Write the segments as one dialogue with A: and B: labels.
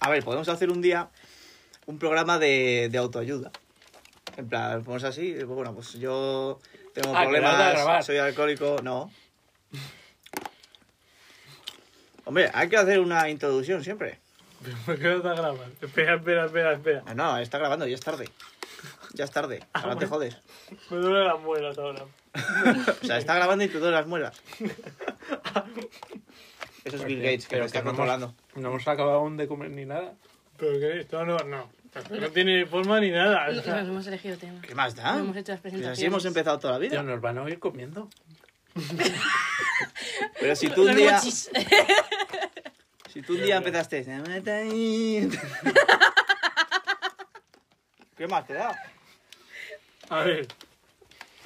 A: A ver, podemos hacer un día un programa de, de autoayuda. En plan, ponemos así, y, bueno, pues yo tengo
B: Ah, que lo vas a grabar.
A: problemas, soy alcohólico, no. Hombre, hay que hacer una introducción siempre.
B: ¿Por qué no te grabas? Espera, espera, espera, espera.
A: Ah, No, está grabando, ya es tarde. Ya es tarde,
B: Ah,
A: ahora te jodes.
B: Me duele la muela hasta ahora.
A: O sea, está grabando y te duelen las muelas.
B: Pues
A: Eso es Bill Gates, que
C: Pero
A: lo está
C: que no hemos-
A: controlando.
C: No hemos acabado aún de comer ni nada.
B: ¿Pero qué? Esto no, no. No tiene forma ni nada. Pues, o
D: Nos
B: sea.
D: hemos elegido tema.
A: ¿Qué más da?
D: No hemos hecho las
A: Pues
D: presentaciones.
A: así hemos empezado toda la
C: Ya
A: vida.
C: nos van a oír comiendo.
A: Pero si tú un
D: Los
A: día,
D: mochis.
A: si tú un día empezaste... "Se mata ahí". ¿Qué más te da?
B: A ver.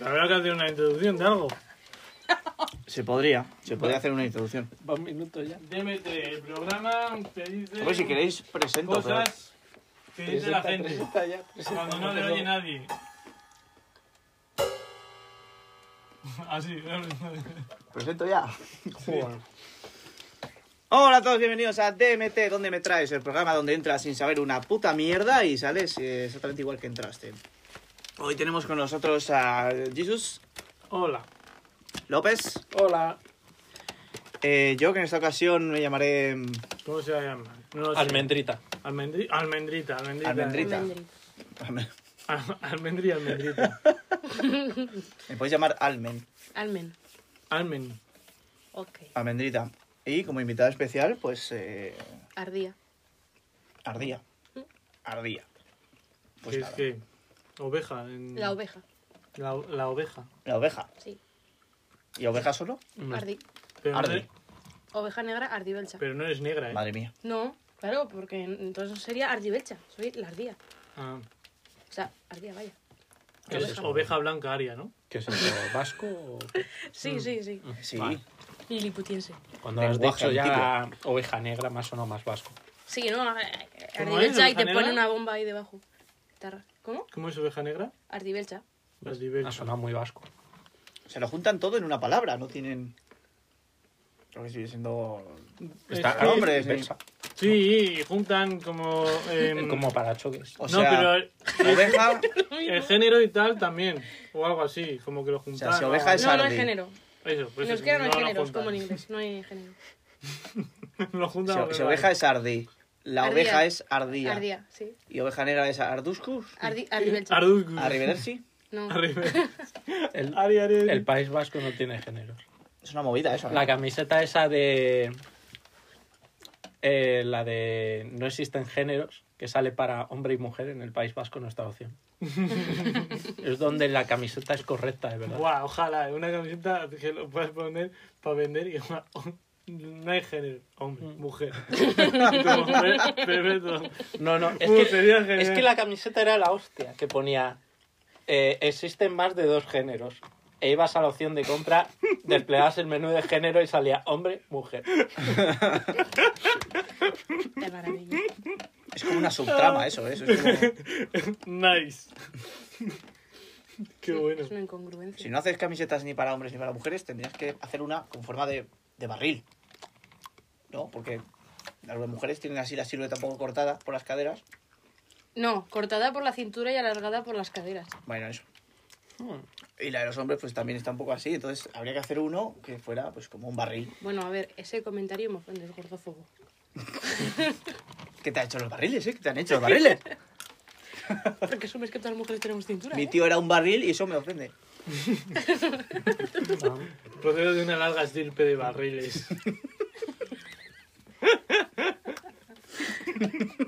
B: Habrá que hacer una introducción de algo.
A: Se podría, se podría hacer una introducción.
C: Va un minuto ya.
B: DMT, el programa te dice
A: A ver, si queréis, presento. pero-
B: cosas que dice la
C: Presenta,
B: gente.
C: presenta ya, presenta,
B: Cuando no
C: por
B: le
C: favor.
B: oye nadie. Así.
A: Presento ya. Hola a todos, bienvenidos a DMT, donde me traes el programa donde entras sin saber una puta mierda y sales eh, exactamente igual que entraste. Hoy tenemos con nosotros a Jesus
B: Hola.
A: López,
C: Hola.
A: eh, yo que en esta ocasión me llamaré mm,
B: ¿Cómo se llama? No lo sé.
C: Almendrita.
B: Almendri- almendrita, almendrita.
A: Almendrita.
D: Almendrita.
B: Al- Almendri, almendrita.
A: Me podéis llamar Almen,
D: Almen.
B: Almen.
D: Ok.
A: Almendrita. Y como invitado especial, pues eh,
D: Ardía.
A: Ardía. Ardía. Pues
B: que
A: nada,
B: es que. Oveja. en-
D: La oveja.
B: La, la oveja.
A: la oveja.
D: Sí.
A: ¿Y oveja solo?
D: Ardi.
B: Pero,
A: Ardi.
B: No eres,
D: Oveja negra, ardibelcha.
B: pero no eres negra, ¿eh?
A: Madre mía.
D: No, claro, porque entonces no sería ardibelcha. Soy la ardía.
B: Ah,
D: O sea, ardía, vaya.
B: que es
C: Oveja.
B: oveja blanca aria, ¿no?
C: ¿Qué es eso? ¿Vasco? o qué?
D: Sí, sí, sí.
A: Sí.
C: Vale.
D: Liliputiense.
C: Cuando has
A: Lenguaje
C: dicho ya oveja negra, más o no más vasco.
D: Sí, no, a- a-
B: ¿Cómo
D: ardibelcha
B: es,
D: y te
B: oveja
D: pone
B: negra?
D: una bomba ahí debajo. Tarra. ¿Cómo?
B: ¿Cómo es oveja negra?
D: Ardibelcha.
B: Las
A: Ah,
C: Ha
B: diversas.
C: sonado muy vasco.
A: Se lo juntan todo en una palabra, no tienen. Creo que sigue siendo.
B: Está-
C: claro,
A: Nombres,
C: es-
A: sí.
B: Sí, juntan como. em,
C: Como para choques.
A: O
B: no,
A: sea,
B: pero el,
A: oveja.
B: el género y tal también. O algo así, como que lo juntan.
A: si
B: o
A: oveja
B: algo-
A: Es
D: No, no
A: ardi.
D: hay género.
B: Eso, Ah, pues
D: en euskera no hay
B: lo
D: género, es
B: juntan.
D: como en inglés. No hay género.
B: lo juntan.
A: Si,
B: porque
A: si
B: vale.
A: oveja es Ardi. La
D: Ardía.
A: oveja es Ardía.
D: Ardía, sí.
A: Y oveja negra es Arduscus.
D: Ardi, ardibelcha.
B: Arduzgus.
A: Arrivederci.
D: No.
B: Arriba.
C: El,
B: Ari, Ari, Ari.
C: el País Vasco no tiene género.
A: Es una movida eso. ¿no?
C: La camiseta esa de... eh, la de no existen géneros, que sale para hombre y mujer en el País Vasco no está opción. es donde la camiseta es correcta, de verdad.
B: Guau, ojalá, eh, una camiseta que lo puedas poner para vender y no hay género, hombre, mujer. Como, "Pe- Perfecto.
C: No, no, es,
B: Uh,
C: que,
B: sería genial.
C: es que la camiseta era la hostia, que ponía eh, existen más de dos géneros. E ibas a la opción de compra, desplegabas el menú de género y salía hombre, mujer.
D: Qué maravilla.
A: Es como una subtrama eso, ¿eh? eso es como-
B: Nice. Qué bueno.
D: Es una incongruencia.
A: Si no haces camisetas ni para hombres ni para mujeres, tendrías que hacer una con forma de, de barril. ¿No? Porque las mujeres tienen así la silueta un poco cortada por las caderas.
D: No, cortada por la cintura y alargada por las caderas.
A: Bueno, eso. Y la de los hombres pues también está un poco así, entonces habría que hacer uno que fuera pues como un barril.
D: Bueno, a ver, ese comentario me ofende, es gordófobo.
A: ¿Qué te ha hecho los barriles, eh? ¿Qué te han hecho los barriles?
D: Porque asumes que todas las mujeres tenemos cintura,
A: Mi
D: ¿eh?
A: tío era un barril y eso me ofende.
B: Procedo de una larga estirpe de barriles.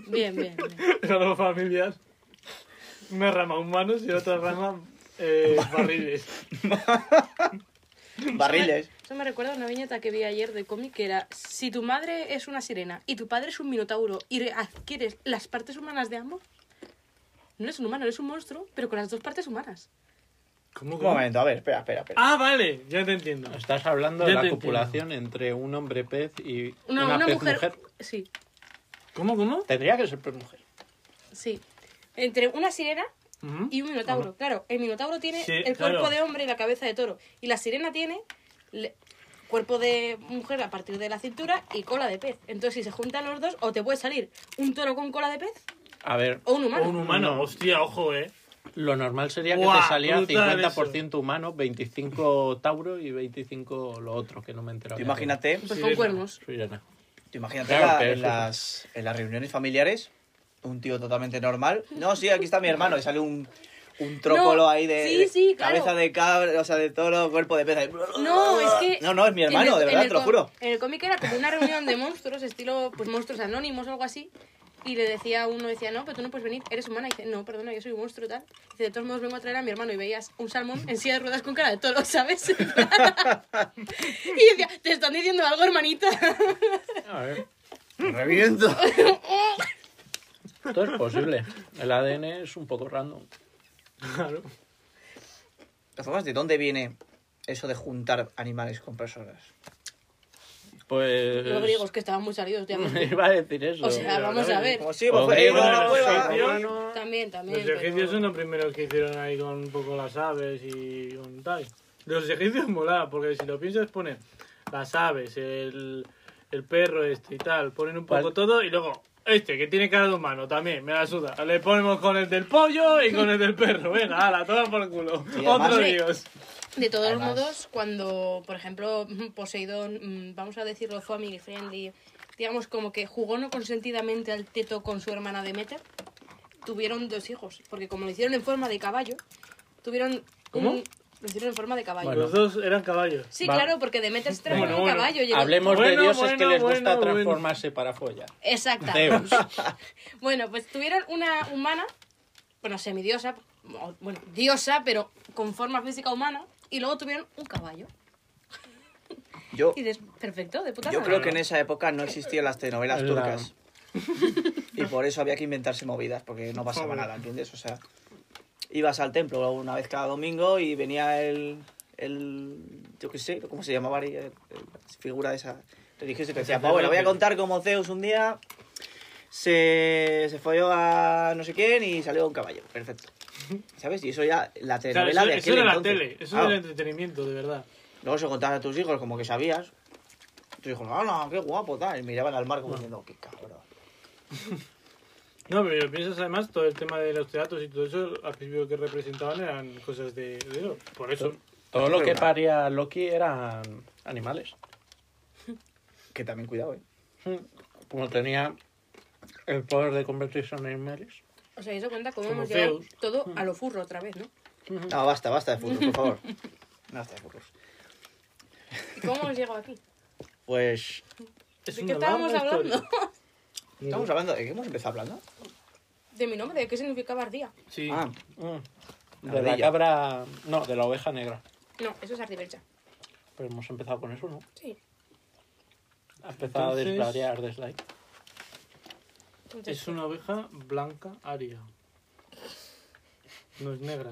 D: Bien, bien, bien.
B: Algo familiar. Una rama humanos y otra rama eh, barriles.
A: Barriles.
D: Eso me recuerda a una viñeta que vi ayer de cómic que era si tu madre es una sirena y tu padre es un minotauro y re- adquieres las partes humanas de ambos, no eres un humano, eres un monstruo, pero con las dos partes humanas.
B: ¿Cómo
A: Un momento, a ver, espera, espera, espera.
B: Ah, vale, ya te entiendo.
C: Estás hablando de
B: Ya
C: la
B: te entiendo.
C: copulación entre un hombre pez y
D: Una,
C: una,
D: una
C: pez
D: mujer,
C: mujer.
D: Sí,
B: ¿Cómo, cómo?
C: Tendría que ser pez mujer.
D: sí. Entre una sirena
B: Ujú.
D: y un minotauro. Claro, el minotauro tiene
B: Sí,
D: el
B: claro.
D: cuerpo de hombre y la cabeza de toro. Y la sirena tiene le- cuerpo de mujer a partir de la cintura y cola de pez. Entonces, si se juntan los dos, o te puede salir un toro con cola de pez
C: A ver,
D: o un
B: O
D: humano.
B: un humano, hostia, ojo, eh.
C: lo normal sería que
B: Buah,
C: te saliera
B: brutal
C: 50% humano, 25 Tauro y 25 lo otro, que no me he enterado.
A: Tú imagínate,
D: Pues con
B: Sirena.
D: cuernos.
C: Sirena.
A: tú imagínate
C: Claro,
A: la-
C: pero
A: en,
C: es-
A: las, en las reuniones familiares, un tío totalmente normal. No, sí, aquí está mi hermano y sale un, un trócolo
D: No,
A: ahí de,
D: sí, sí, claro.
A: cabeza de cabra, o sea, de toro, cuerpo de pez. ahí.
D: No, es que.
A: No, no, es mi
D: en
A: hermano,
D: el-
A: de
D: en
A: verdad,
D: el
A: te lo
D: com-
A: juro.
D: En el cómic era como una reunión de monstruos, estilo, pues monstruos anónimos o algo así. Y le decía a uno, decía, no, pero tú no puedes venir, eres humana. Y dice, no, perdona, yo soy un monstruo tal. dice, de todos modos vengo a traer a mi hermano. Y veías un salmón en silla de ruedas con cara de toro, ¿sabes? y decía, te están diciendo algo, hermanita.
C: A ver,
A: Reviento.
C: todo es posible. El ADN es un poco random.
B: Claro.
A: De formas, ¿de dónde viene eso de juntar animales con personas?
C: Pues...
D: Los griegos que estaban muy salidos, obviamente.
C: Iba a decir eso.
D: O sea, vamos a ver.
A: Como pues si hemos
C: Hombre,
A: venido a la
B: bueno,
A: cueva.
B: sí, tío.
D: También, también.
B: Los egipcios
D: pero-
B: son los primeros que hicieron ahí con un poco las aves y con tal. Los egipcios molaba, porque si lo piensas ponen las aves, el, el perro este y tal, ponen un poco
C: ¿Cuál?
B: todo y luego este que tiene cara de humano también, me la suda. Le ponemos con el del pollo y con el del perro, venga, ala, toma por el culo.
A: Y además-
B: Otro
D: Sí.
B: dios.
D: De todos
A: Además-
D: modos, cuando, por ejemplo, Poseidón, mm, vamos a decirlo family friendly, digamos como que jugó no consentidamente al teto con su hermana Demeter, tuvieron dos hijos, porque como lo hicieron en forma de caballo, tuvieron
B: ¿Cómo?
D: un- lo hicieron en forma de caballo.
C: Bueno.
B: Los dos eran caballos.
D: sí,
C: va.
D: claro, porque Demeter se transformó
B: Bueno,
D: en
B: bueno.
D: caballo. llegó-
C: Hablemos
B: Bueno,
C: de dioses que
B: bueno,
C: les
B: bueno,
C: gusta
B: bueno.
C: transformarse para follar.
D: Exacta.
C: Zeus.
D: Bueno, pues tuvieron una humana, bueno, semidiosa, o- bueno, diosa, pero con forma física humana, y luego tuvieron un caballo.
A: Yo,
D: Y dices, perfecto, de puta
A: yo
D: madre.
A: creo que en esa época no existían las telenovelas
C: La-
A: turcas. Y por eso había que inventarse movidas, porque no pasaba nada, ¿entiendes? O sea, ibas al templo una vez cada domingo y venía el. el yo qué sé, ¿cómo se llamaba? ahí? El- el- La figura de esa religiosa y te decía, "Pa, bueno, voy a contar cómo Zeus un día se, se folló a no sé quién y salió un caballo. Perfecto. ¿Sabes? Y eso ya, la
B: Claro,
A: telenovela
B: eso,
A: de
B: eso
A: aquel
B: era la
A: entonces. Ah.
B: tele, eso
A: Claro.
B: era el entretenimiento, de verdad.
A: Luego se contabas a tus hijos como que sabías. Tus hijos, ¡ah, qué guapo! Tal. Y miraban al mar como diciendo, ¡qué cabrón!
B: No, pero piensas además todo el tema de los teatros y todo eso, al principio que representaban eran cosas de, de oro. Por eso.
C: Todo lo que
A: Venga.
C: paría Loki eran animales.
A: Que también cuidado, ¿eh?
C: Mm. Como tenía el poder de convertirse en animales.
D: O sea, eso cuenta cómo
B: Como
D: hemos llegado
B: Zeus.
D: todo a lo furro otra vez, ¿no?
A: No, basta, basta de furros, por favor. Basta de furros.
D: ¿Y cómo hemos llegado aquí?
A: Pues,
B: Es
D: ¿De qué
B: una
D: estábamos
B: larga historia.
D: hablando?
A: estamos hablando... ¿De qué hemos empezado hablando?
D: De mi nombre, de qué significaba ardía.
B: Sí.
A: Ah,
C: Mm.
A: La
C: De la
A: ardilla.
C: cabra. No, de la oveja negra.
D: No, eso es ardibercha.
C: Pero hemos empezado con eso, ¿no?
D: Sí.
C: Ha empezado
B: Entonces-
C: a desvariar desde ahí.
D: Entonces,
B: Es una oveja blanca aria. No es negra.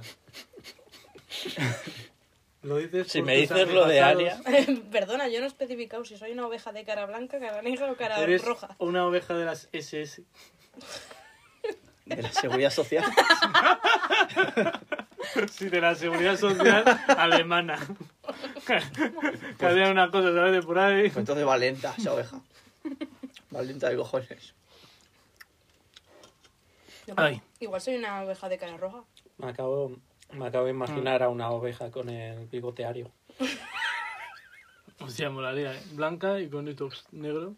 B: Lo dices
C: Si
B: por
C: me
B: tus
C: dices lo de
B: antepasados.
C: Aria.
D: Perdona, yo no he especificado si soy una oveja de cara blanca, cara negra o cara
B: Eres
D: roja.
B: una oveja de las SS.
A: de la seguridad social. Pues
B: Sí, de la seguridad social alemana. que hacían una cosa, ¿sabes? De por ahí.
A: Pues entonces va lenta esa oveja. Va lenta de cojones.
D: No,
B: Ay.
D: Igual soy una oveja de cara roja.
C: Me acabo, me acabo de imaginar a una oveja con el bigote ario.
B: Hostia, molaría, ¿eh? Blanca y con esto negro.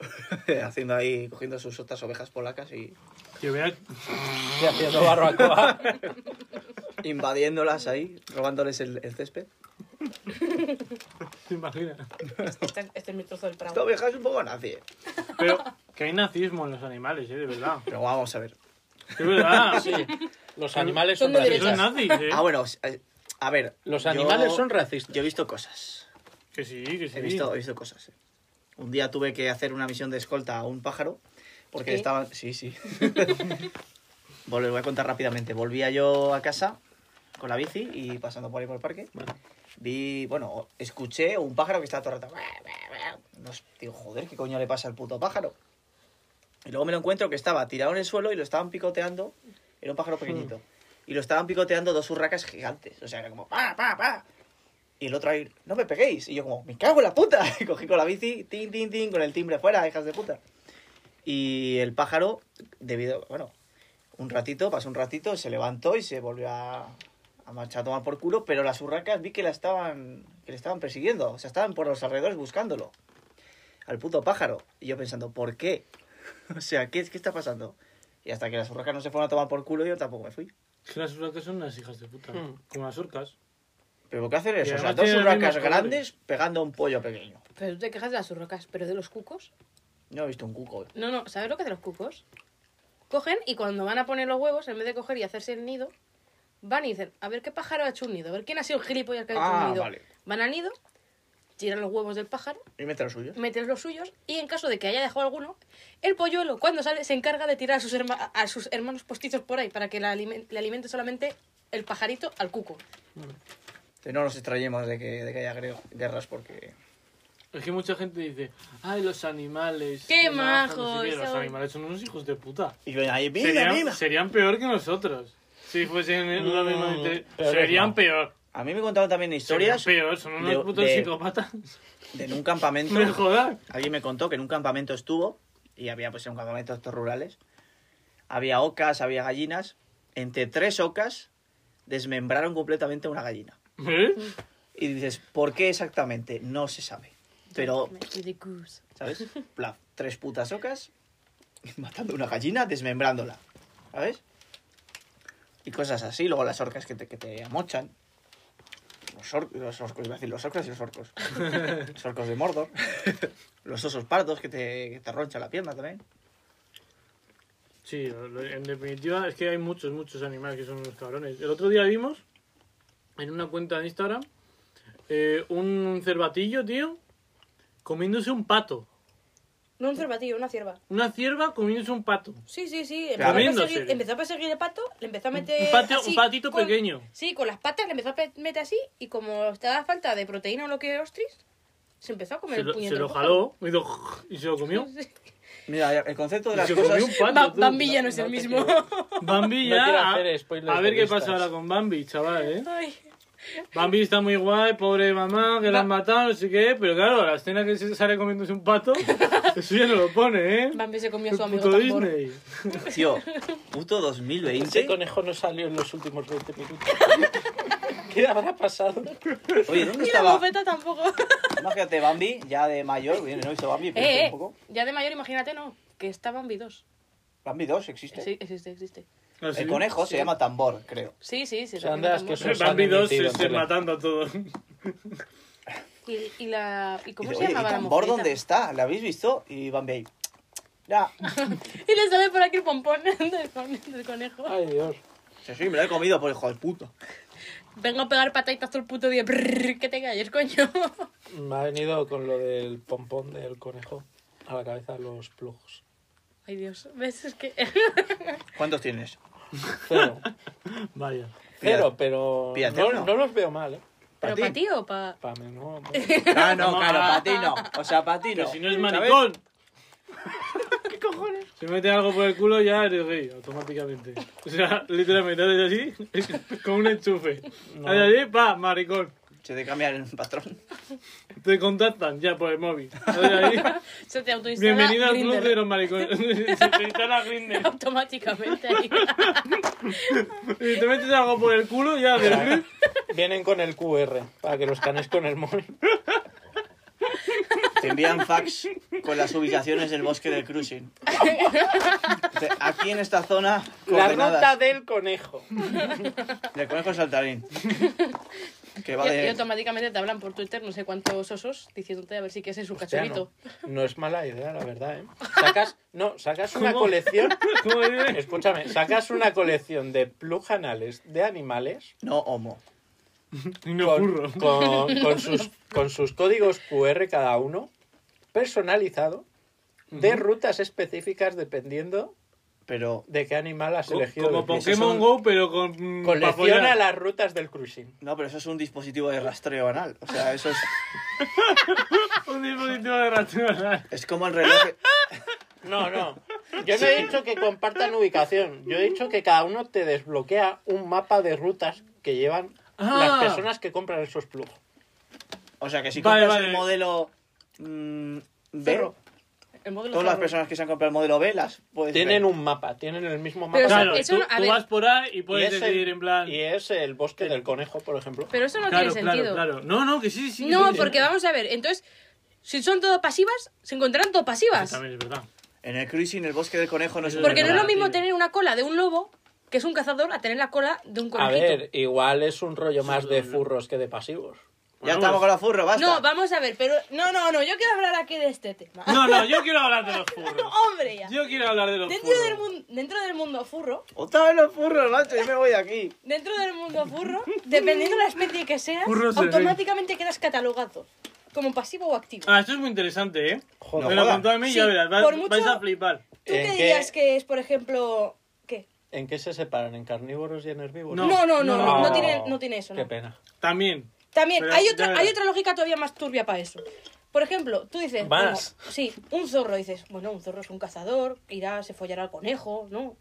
A: Haciendo ahí, cogiendo sus otras ovejas polacas y
B: Que vea
C: Y haciendo barbacoa.
A: invadiéndolas ahí, robándoles el, el césped.
B: ¿Te imaginas?
D: Este, este es mi trozo del
A: Esta
D: prado.
A: oveja es un poco nazi, ¿eh?
B: Pero que hay nazismo en los animales, ¿eh? De verdad.
A: Pero vamos a ver.
B: De verdad.
C: Sí. Los animales son
D: Son de
B: Que
C: racistas.
B: son nazis, ¿eh?
A: Ah, bueno, eh, a ver.
C: Los
A: yo-
C: animales son racistas.
A: Yo he visto cosas.
B: Que sí, que sí.
A: He visto, he visto cosas. eh. Un día tuve que hacer una misión de escolta a un pájaro porque
D: ¿Sí?
A: estaban. Sí, sí. Vol- voy a contar rápidamente. Volvía yo a casa con la bici y pasando por ahí por el parque. Vi, bueno, escuché un pájaro que estaba todo el rato. No sé, digo, joder, ¿qué coño le pasa al puto pájaro? Y luego me lo encuentro que estaba tirado en el suelo y lo estaban picoteando. Era un pájaro pequeñito. Y lo estaban picoteando dos urracas gigantes. O sea, era como pa, pa, pa. Y el otro ahí, no me peguéis. Y yo como, me cago en la puta. Y cogí con la bici, tin, tin, tin, con el timbre fuera, hijas de puta. Y el pájaro, debido, bueno, un ratito, pasó un ratito, se levantó y se volvió a, a marchar a tomar por culo, pero las urracas vi que la estaban, que le estaban persiguiendo. O sea, estaban por los alrededores buscándolo. Al puto pájaro. Y yo pensando, ¿por qué? O sea, ¿qué, qué está pasando? Y hasta que las urracas no se fueron a tomar por culo, yo tampoco me fui.
B: Es que las urracas son unas hijas de puta.
C: Mm.
B: Como las urcas.
A: Pero ¿qué hacen eso? O sea,
B: además
A: dos
B: tienen los mismos
A: urracas
B: colores.
A: grandes pegando a un pollo pequeño.
D: Pero tú te quejas de las urracas, pero de los cucos.
A: No he visto un cuco.
D: No, no, ¿sabes lo que hacen los cucos? Cogen y cuando van a poner los huevos, en vez de coger y hacerse el nido, van y dicen, a ver qué pájaro ha hecho un nido, a ver quién ha sido el gilipollas que ha hecho
A: Ah,
D: un nido.
A: vale.
D: Van al nido, tiran los huevos del pájaro,
A: Y mete los suyos.
D: meten los suyos y en caso de que haya dejado alguno, el polluelo cuando sale se encarga de tirar a sus, herma- a sus hermanos postizos por ahí para que la alimen- le alimente solamente el pajarito al cuco.
A: Que no nos extrañemos de que, de que haya gre- guerras porque...
B: Es que mucha gente dice, ay, los animales.
D: Qué
B: majos, no sé
D: majos
B: qué". Los
D: son.
B: animales son unos hijos de puta.
A: Y ven ahí, mira,
B: Serían,
A: mira.
B: serían peor que nosotros. Si fuesen
C: Mm,
B: lo mismo. de-
C: peores
B: Serían
C: no.
B: peor.
A: A mí me contaron también
B: Serían
A: historias
B: peor. Son unos
A: de-
B: putos
A: de-
B: psicópatas.
A: de en un campamento...
B: Me jodas.
A: Alguien me contó que en un campamento estuvo y había pues en un campamento de estos rurales. Había ocas, había gallinas. Entre tres ocas desmembraron completamente una gallina.
B: ¿Eh?
A: Y dices, ¿por qué exactamente? No se sabe. Pero
D: Ridiculous.
A: ¿Sabes? Plaf, tres putas ocas matando una gallina, desmembrándola. ¿Sabes? Y cosas así. Luego las orcas que te, que te amochan. Los, or- los orcos, iba a decir los orcas y los orcos. los orcos de Mordor. los osos pardos que te, que te ronchan la pierna también.
B: Sí, lo- en definitiva es que hay muchos, muchos animales que son unos cabrones. El otro día vimos en una cuenta de Instagram eh, un cervatillo, tío, comiéndose un pato.
D: No un cervatillo, una cierva.
B: Una cierva comiéndose un pato.
D: Sí, sí, sí.
A: Pero
D: Empezó a,
B: habiendo
D: perseguir,
B: serie.
D: empezó a perseguir el pato, le empezó a meter.
B: un, patio-
D: así,
B: un patito
D: con-
B: pequeño.
D: Sí, con las patas le empezó a pe- meter así y como te daba falta de proteína o lo que ostris, se empezó a comer
B: Se
D: el
B: lo, se
D: puñetero.
B: lo
D: pájaro.
B: jaló hizo y se lo comió.
D: Sí.
A: Mira, el concepto de
B: Y
A: las
B: se
A: cosas...
B: comió un pato.
D: Ba-
B: tú.
D: Bambi ya no es el mismo.
B: Bambi
C: No quiero
B: ya. a-
C: hacer spoilers
B: a ver
C: de
B: qué
C: listas.
B: pasa ahora con Bambi, chaval, ¿eh?
D: Ay,
B: Bambi está muy guay, pobre mamá, que la han matado, no sé qué, pero claro, la escena que se sale comiéndose un pato, eso ya no lo pone, ¿eh?
D: Bambi se comió a
B: El
D: su amigo
B: puto
D: tambor.
B: Disney.
A: Tío, puto
C: Ese
A: 2020.
C: Este conejo no salió en los últimos 20 minutos. ¿Qué habrá pasado?
A: Oye, ¿dónde
D: Y la
A: estaba?
D: bofeta tampoco.
A: Imagínate Bambi, ya de mayor. Bien, no he visto Bambi, pero
D: eh,
A: un
D: eh,
A: poco.
D: ya de mayor, imagínate, no. Que está Bambi 2.
A: Bambi 2 existe.
D: Sí, existe, existe.
B: Ah, sí.
A: El conejo se llama tambor, creo.
D: Sí, sí, sí.
C: O sea,
D: también
C: andas
D: está
C: que
D: muy-
C: son-
B: Bambi 2 se
C: emitido en
B: esté
C: tele.
B: matando a todo.
D: Y, y la. ¿Y cómo
A: Y
D: se
A: dice, "Oye,
D: llamaba
A: ¿y
D: la
A: tambor
D: mujerita?
A: dónde está? ¿La habéis visto? Y Bambi ahí. Ya.
D: Y le sale por aquí el pompón del, con- del conejo.
C: Ay, Dios.
A: Sí, sí, me lo he comido por hijo de puta.
D: Vengo a pegar pataditas todo el puto día. Brrr, que te calles, coño.
C: Me ha venido con lo del pompón del conejo a la cabeza los plujos.
D: Ay, Dios. ¿Ves? Es que...
A: ¿Cuántos tienes?
C: Cero.
B: Vaya.
C: Cero, pero
A: Pídate
C: no,
A: uno.
C: no los veo mal, ¿eh?
D: ¿Pero para ti o para...?
C: Para mí no. no.
A: Ah, no, claro, para ti no. O sea, para ti no.
B: Pero si no es
A: ¿Sabes?
B: maricón. ¿Qué cojones? Si mete algo por el culo ya eres gay, automáticamente. O sea, literalmente haces así, con un enchufe.
C: No.
B: Haces así, pa, maricón.
A: Se te cambia el patrón.
B: Te contactan ya por el móvil. Haces ahí.
D: Se te autoinstala
B: Bienvenido al club
D: Grindr
B: de los maricones. Se te instala Grindr.
D: Automáticamente ahí.
B: Si te metes algo por el culo, ya haces clic.
C: Vienen con el QR para que los canes con el móvil.
A: Te envían fax con las ubicaciones del bosque del cruising. Dice, Aquí en esta zona,
C: La ruta
A: coordenadas
C: del conejo.
A: del conejo saltarín. Que va
D: Y, y
A: de...
D: automáticamente te hablan por Twitter no sé cuántos osos diciéndote a ver si quieres ser su
C: Hostia,
D: cachorrito.
C: no, no es mala idea, la verdad, ¿eh? Sacas, no, sacas una
B: ¿Cómo?
C: colección.
B: ¿Cómo dices?
C: Escúchame, sacas una colección de plujanales de animales
A: No homo.
B: Y no
C: con,
B: curro.
C: con- con sus, con sus códigos QR cada uno, personalizado, de rutas específicas dependiendo
A: Pero...
C: de qué animal has elegido.
B: Como
C: del cruising.
B: Pokémon
A: son-
B: Go, pero con.
C: Colecciona
B: papolla.
C: las rutas del cruising.
A: No, pero eso es un dispositivo de rastreo anal. O sea, eso es...
B: Un dispositivo de racional.
A: Es como el reloj...
C: No, no. Yo no he dicho que compartan ubicación. Yo he dicho que cada uno te desbloquea un mapa de rutas que llevan
B: Ah.
C: las personas que compran esos plugos.
A: O sea, que si
B: Vale,
A: compras
B: vale.
A: el modelo mm, B,
D: Zorro. El modelo
A: todas las
D: zorro.
A: personas que se han comprado el modelo B las puedes
C: Tienen
A: ver.
C: un mapa, tienen el mismo mapa.
D: Pero eso-
B: Claro,
D: eso-
B: tú,
D: a
B: tú
D: ver.
B: vas por ahí y
C: y,
B: puedes
C: es
B: decidir
C: el,
B: en plan...
C: y es el bosque del conejo, por ejemplo.
D: Pero eso no
B: claro,
D: tiene
B: claro,
D: sentido.
B: claro. No, no, que sí, sí.
D: no,
B: sí,
D: porque
B: sí.
D: vamos a ver, entonces, si son todo pasivas, se encontrarán todo pasivas.
B: También es verdad.
A: En el cruising, el bosque del conejo, no sé.
D: Porque no es lo
B: Claro,
D: mismo
B: tiene.
D: tener una cola de un lobo, que es un cazador, a tener la cola de un
C: A
D: conejito.
C: ver, igual es un rollo más de furros que de pasivos.
A: Ya
B: Bueno,
A: estamos
B: pues-
A: con la furro, basta.
D: No, vamos a ver, pero... No, no, no, yo quiero hablar aquí de este tema.
B: No, no, yo quiero hablar de los furros.
D: Hombre, ya.
B: Yo quiero hablar de los
D: Dentro
B: furros.
D: del, mun- dentro del mundo furro,
A: Otra vez los furros, macho, yo me voy de aquí.
D: dentro del mundo furro, dependiendo de la especie que seas,
B: Furro se
D: automáticamente quedas catalogado como pasivo o activo.
B: Ah, esto es muy interesante, ¿eh?
C: Joder.
B: Me lo
A: Joder.
B: contó a mí y ya
D: Sí,
B: verás. Vas,
D: por mucho-
B: vais a flipar.
D: ¿Tú
C: ¿en qué?
D: qué dirías que es, por ejemplo... ¿Qué?
C: ¿En qué se separan? ¿En carnívoros y en herbívoros?
B: No,
D: No, no, no, no,
B: no, no.
D: tiene, no tiene eso,
C: Qué
D: no.
C: pena.
B: También.
D: También,
B: Pero
D: hay
B: ya
D: otra,
B: verás.
D: hay otra lógica todavía más turbia para eso. Por ejemplo, tú dices,
C: Más.
D: bueno, sí, un zorro, dices, bueno, un zorro es un cazador, irá, se follará al conejo, ¿no?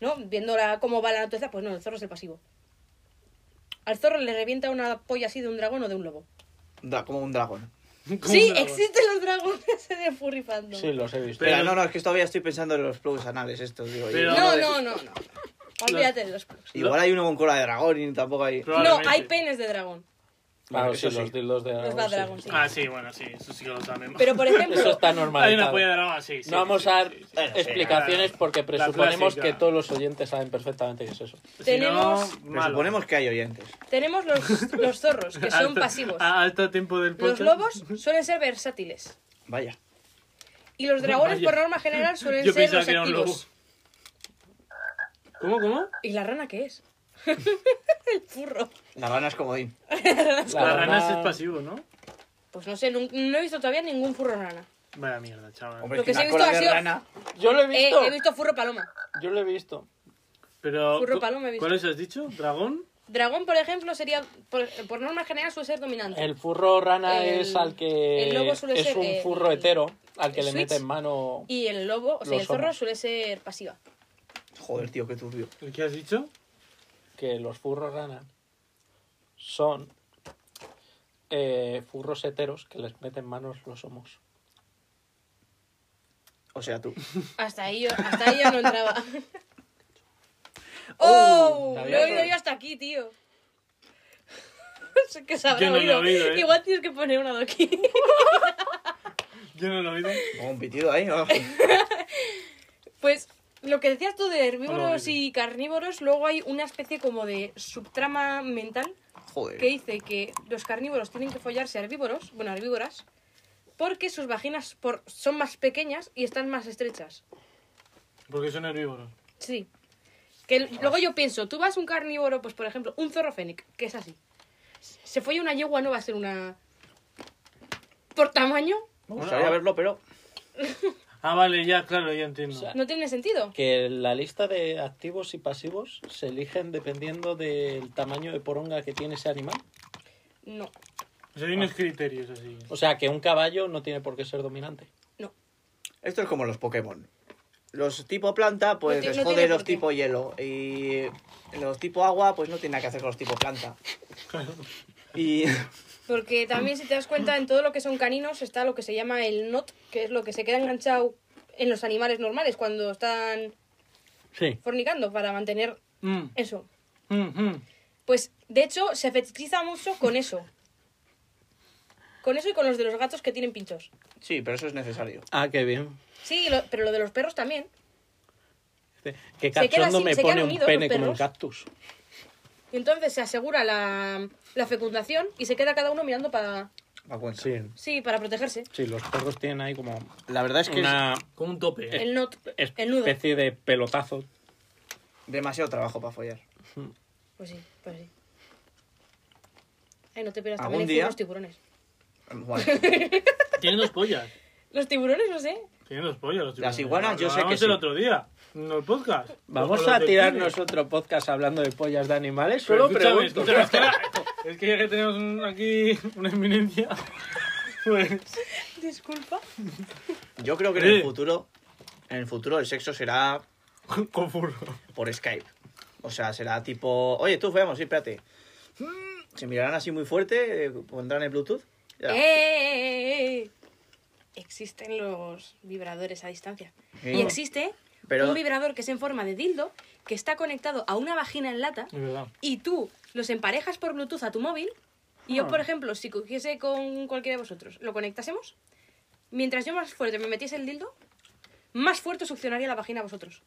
D: ¿No? Viendo la- cómo va la naturaleza, pues no, el zorro es el pasivo. Al zorro le revienta una polla así de un dragón o de un lobo.
A: Da, como un dragón.
B: Como
D: sí,
B: un dragón.
D: existen los dragones en el furry fandom.
C: Sí, los he visto.
A: Pero,
B: Pero-
A: no, no, es que todavía estoy pensando en los plus anales estos. Digo, y-
B: Pero-
D: No, no, no, no. Olvídate de los plus.
A: Igual hay uno con cola de dragón y tampoco hay...
D: No,
B: Probablemente.
D: hay penes de dragón.
C: Claro,
A: Eso
C: sí,
A: sí.
C: los dildos de
D: Los
C: dragón.
D: Bad
C: sí.
D: Dragon, sí.
B: Ah, sí, bueno, sí, eso sí que lo sabemos.
D: Pero por ejemplo,
C: Eso está normal.
B: Hay una polla de drama, sí, sí.
C: no vamos
B: sí,
C: a dar
B: sí, sí.
C: explicaciones
B: claro.
C: porque
B: La
C: presuponemos
B: clásica.
C: que todos los oyentes saben perfectamente qué es eso.
D: Tenemos-
B: Si no, malo.
A: Suponemos que hay oyentes.
D: tenemos los, los zorros, que son
B: Alto-
D: pasivos.
B: A alto tiempo del
D: Los
B: podcast.
D: lobos suelen ser versátiles.
A: Vaya.
D: Y los dragones,
B: Vaya.
D: por norma general, suelen
B: Yo
D: ser
B: pensaba
D: los
B: que era un lobo.
D: activos.
B: ¿Cómo, cómo?
D: ¿Y la rana qué es? el furro.
A: La rana es comodín.
C: La
B: La rana
C: rana-
B: es pasivo, ¿no?
D: Pues no sé, nun- no, he visto todavía ningún furro rana.
B: Vaya mierda, chaval.
A: Hombre,
D: Lo
A: es que,
D: que sí he
A: una
D: visto
A: cola
D: ha
A: de
D: sido-
A: rana...
C: Yo lo he
D: Eh,
C: visto.
D: he visto furro paloma.
C: Yo lo he visto.
B: Pero,
D: Furro
B: ¿cu-
D: paloma he visto.
B: ¿Cuáles has dicho? ¿Dragón?
D: Dragón, por ejemplo, sería, por, por norma general, suele ser dominante.
C: El furro rana
D: El-
C: es al que
D: el lobo suele
C: es
D: ser
C: un
D: el-
C: furro hetero al que
D: el
C: le
D: switch.
C: mete en mano.
D: Y el lobo, o sea,
C: Los
D: el zorro
C: somos.
D: suele ser pasiva.
A: Joder, tío, qué turbio.
B: ¿El que has dicho?
C: que los furros rana son eh, furros heteros que les meten manos los homos.
A: O sea, tú.
D: Hasta ahí yo, hasta ahí yo no entraba. ¡Oh!
C: la
D: Lo
C: había
D: he oído
C: oído.
D: yo hasta aquí, tío. Sé que se habrá
B: Yo no lo he oído, ¿eh?
D: Igual tienes que poner una de aquí.
B: Yo no lo he oído.
A: Como un pitido ahí, ¿no?
D: Pues lo que decías tú
B: No
D: de
B: lo
D: herbívoros
B: digo.
D: y carnívoros, luego hay una especie como de subtrama mental
A: Joder.
D: que dice que los carnívoros tienen que follarse a herbívoros, bueno, a herbívoras, porque sus vaginas por- son más pequeñas y están más estrechas.
B: Porque son herbívoros.
D: Sí. Que l- luego yo pienso, tú vas a un carnívoro, pues por ejemplo, un zorro fénix, que es así. Se folla una yegua, no va a ser una... Por tamaño,
A: Me gustaría verlo, pero...
B: Ah, vale, ya, claro, ya entiendo.
D: no tiene sentido.
C: Que la lista de activos y pasivos se eligen dependiendo del tamaño de poronga que tiene ese animal.
D: No,
B: O sea, hay unos criterios así.
C: O sea, que un caballo no tiene por qué ser dominante.
D: no.
A: Esto es como los Pokémon. Los tipo planta, pues
D: No ti-
A: les
D: no
A: jode
D: tiene
A: los
D: por qué.
A: tipo hielo. Y los tipo agua, pues no tiene nada que hacer con los tipo planta. Y...
D: Porque también, si te das cuenta, en todo lo que son caninos está lo que se llama el knot, que es lo que se queda enganchado en los animales normales cuando están
C: Sí.
D: fornicando para mantener
B: Mm,
D: eso.
B: mm, mm.
D: Pues, de hecho, se fetichiza mucho con eso. Con eso y con los de los gatos que tienen pinchos.
A: Sí, pero eso es necesario.
C: Ah, qué bien.
D: Sí, lo- pero lo de los perros también.
C: Este, Qué
D: Se queda
C: cachondo
D: así,
C: me
D: se quedan
C: pone un
D: unidos
C: pene
D: los
C: como el
D: perros.
C: cactus.
D: Y entonces se asegura la, la fecundación y se queda cada uno mirando para...
A: Pa' Cuenca.
C: Sí.
D: Sí, para protegerse.
C: Sí, los perros tienen ahí como
A: La verdad es que
C: una
B: Como un tope, ¿eh?
D: El knot, el nudo.
C: especie de pelotazo.
A: es demasiado trabajo para follar.
D: Pues sí, pues sí. Ay, no te pierdas
A: ¿Algún
D: también hay
A: día?
D: furros tiburones.
A: Bueno,
B: Tiene dos pollas.
D: Los tiburones, no sé.
B: Tiene dos pollas. Los
A: Las
B: tiburones.
A: iguanas, yo sé que
B: Hablamos
A: sí.
B: el otro día. En el podcast.
C: Vamos
B: Con
C: a
B: los
C: tirarnos
B: delfines.
C: otro podcast hablando de pollas de animales.
B: Pero
C: Solo
B: escúchame,
C: pregunto.
B: escúchame, es que ahora- Es que ya que tenemos un- aquí una eminencia, pues...
D: Disculpa.
A: yo creo que en el
B: Sí.
A: futuro, en el futuro el sexo será
B: Con furro.
A: por Skype. O sea, será tipo, oye, tú veamos, sí, espérate. Se mirarán así muy fuerte, eh, pondrán el Bluetooth
D: ¡Eh,
A: Ya.
D: eh, eh, eh! Existen los vibradores a distancia.
A: Sí.
D: Y existe
A: Pero-
D: un vibrador que es en forma de dildo que está conectado a una vagina en lata
B: Es verdad.
D: y tú los emparejas por Bluetooth a tu móvil. Y yo,
A: Ah.
D: por ejemplo, si cogiese con cualquiera de vosotros, lo conectásemos. Mientras yo más fuerte me metiese el dildo, más fuerte succionaría la vagina a vosotros.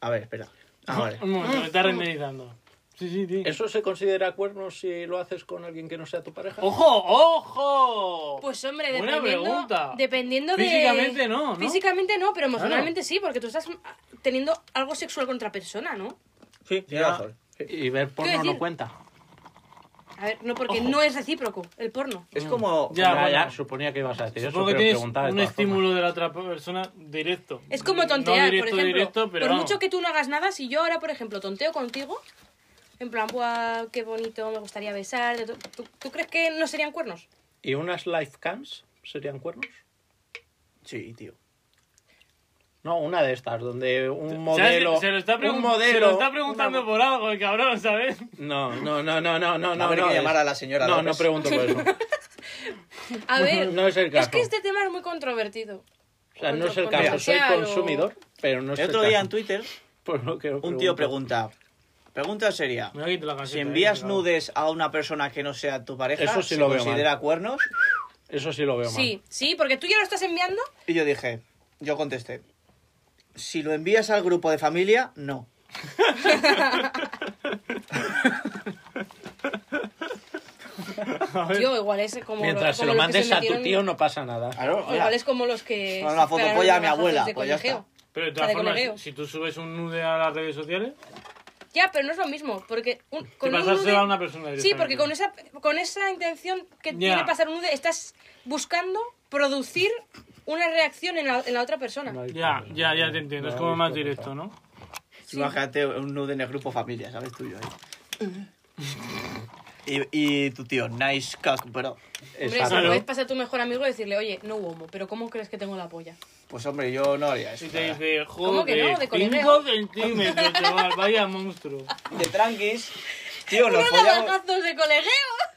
A: A ver, espera. Ah, vale.
B: Un momento, me está renderizando. Sí, sí, sí.
C: ¿Eso se considera cuerno si lo haces con alguien que no sea tu pareja?
B: ¡Ojo, ojo!
D: Pues hombre,
B: Buena
D: dependiendo,
B: pregunta.
D: dependiendo de...
B: Físicamente no, ¿no?
D: Físicamente no, pero emocionalmente sí, porque tú estás ah, teniendo algo sexual con otra persona, ¿no?
A: Sí, tienes
C: ya.
A: razón.
C: Y ver porno
D: decir?
C: no cuenta.
D: A ver, no, porque no es recíproco el porno.
A: Es como.
B: Ya,
C: Ya,
B: bueno.
C: ya, suponía que ibas a decir eso,
B: Supongo que
C: pero
B: tienes
C: preguntaba de
B: un
C: todas
B: estímulo de la otra persona directo.
D: Es como tontear,
B: no directo,
D: por ejemplo.
B: Directo, pero
D: por
B: vamos.
D: mucho que tú no hagas nada, si yo ahora, por ejemplo, tonteo contigo, en plan, ¡buah, qué bonito, me gustaría besar! de to- ¿Tú, tú crees que no serían cuernos?
C: formas. ¿Y unas live cams serían cuernos?
A: Sí, tío.
C: No, una de estas, donde un
B: O sea, se-
C: modelo...
B: se, lo está
C: un
B: pregun-
C: modelo,
B: se lo está preguntando
C: una-
B: por algo, el cabrón, ¿sabes?
C: No, no, no, no, no, no,
A: Va a
C: no.
A: haber
C: no,
A: que
C: es-
A: llamar a la señora
C: No,
A: López.
C: no pregunto por eso.
D: A ver,
C: No es el caso.
D: que este tema es muy controvertido.
C: O sea, no es el
D: Controversial
C: caso. Soy
D: o-
C: consumidor, pero no es
A: El otro
C: el
A: día en
C: caso.
A: Twitter,
C: Por lo que os
A: un tío
C: pregunto.
A: pregunta. Pregunta sería.
B: Me voy a quitar la
A: Si
B: camiseta, eh,
A: envías
B: claro.
A: nudes a una persona que no sea tu pareja,
C: Eso sí
A: ¿se
C: lo veo
A: considera cuernos?
C: Eso sí lo veo mal.
D: Sí, sí, porque tú ya lo estás enviando.
A: Y yo dije, yo contesté, si lo envías al grupo de familia, no.
D: Tío, igual es como...
C: Mientras se lo
D: como los que
C: mandes a tu
D: metieron-
C: tío no pasa nada.
A: Claro,
D: O Igual es como los que.
A: Oh, Con una
D: se
A: foto
D: pegaron
A: polla a mi
D: navazazos
A: abuela,
D: de
A: pues ya
D: colegio.
B: Pero de todas
D: Para
B: formas,
D: colegueo.
B: si, si tú subes un nude a las redes sociales,
D: Ya, pero no es lo mismo. Porque un-
B: que
D: con un
B: pasárselo
D: nude-
B: a una persona
D: Sí, porque con
B: directamente.
D: esa, con esa intención que
B: Ya.
D: tiene pasar un nude, estás buscando producir una reacción en la, en la otra persona.
B: Ya, ya, ya te entiendo. Es como más directo, ¿no?
D: Sí.
A: Imagínate un nude en el grupo familia, ¿sabes? Tuyo ahí. Y, y tu tío, nice cock, bro.
D: Hombre, si
C: Exacto.
B: Claro.
D: puedes pasar a tu mejor amigo y decirle, oye, no hubo, pero ¿cómo crees que tengo la polla?
A: Pues hombre, yo no haría eso.
B: Si
A: la
B: te
A: verdad.
B: dice,
D: ¿Cómo que no?
B: joder,
D: De
B: 5
D: colegueo.
B: centímetros, chaval, vaya monstruo.
A: De tranquis, tío, nos
D: ¡Unos
A: follamos,
D: navajazos de colegeo!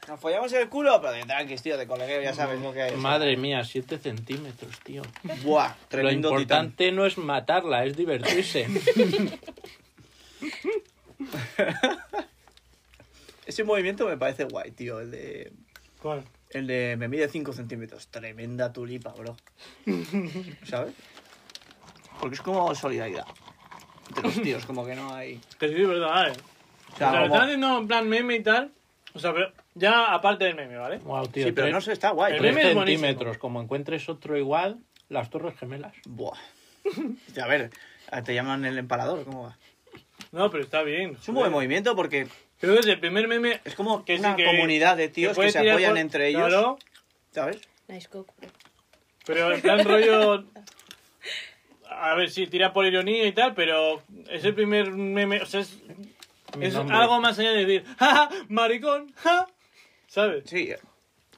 A: nos follamos el culo, pero de tranquis, tío, de colegueo, ya sabes lo que hay.
C: Madre mía, 7 centímetros, tío.
A: Buah,
C: Lo
A: tremendo titán.
C: importante no es matarla, es divertirse.
A: Ese movimiento me parece guay, tío, el de...
B: ¿Cuál?
A: El de me mide 5 centímetros. Tremenda tulipa, bro. ¿Sabes? Porque es como solidaridad. Entre los tíos, como que no hay.
B: Que sí, es verdad, vale. O sea,
A: Claro,
B: lo
A: como-
B: están haciendo en plan meme y tal. O sea, pero ya aparte del meme, ¿vale?
C: Wow, tío.
A: Sí, pero no sé, está guay.
B: el
A: pero-
B: meme es buenísimo.
C: centímetros. Como encuentres otro igual, las torres gemelas.
A: Buah. A ver, te llaman el empalador, ¿cómo va?
B: No, pero está bien.
A: Es un buen
B: joder.
A: movimiento porque
B: Creo que es el primer meme.
A: es como
B: Que sí,
A: una
B: que-
A: comunidad de tíos que,
B: puede
A: se
B: tirar
A: apoyan
B: por-
A: entre ellos.
B: Claro,
A: ¿Sabes?
D: Nice cock.
B: pero en plan rollo. A ver, sí, tira por ironía y tal, pero es el primer meme. O sea, es,
C: Mi
B: es
C: nombre.
B: algo más allá de decir, ¡ja, ja, maricón! ¡ja! ¿Sabes?
A: Sí.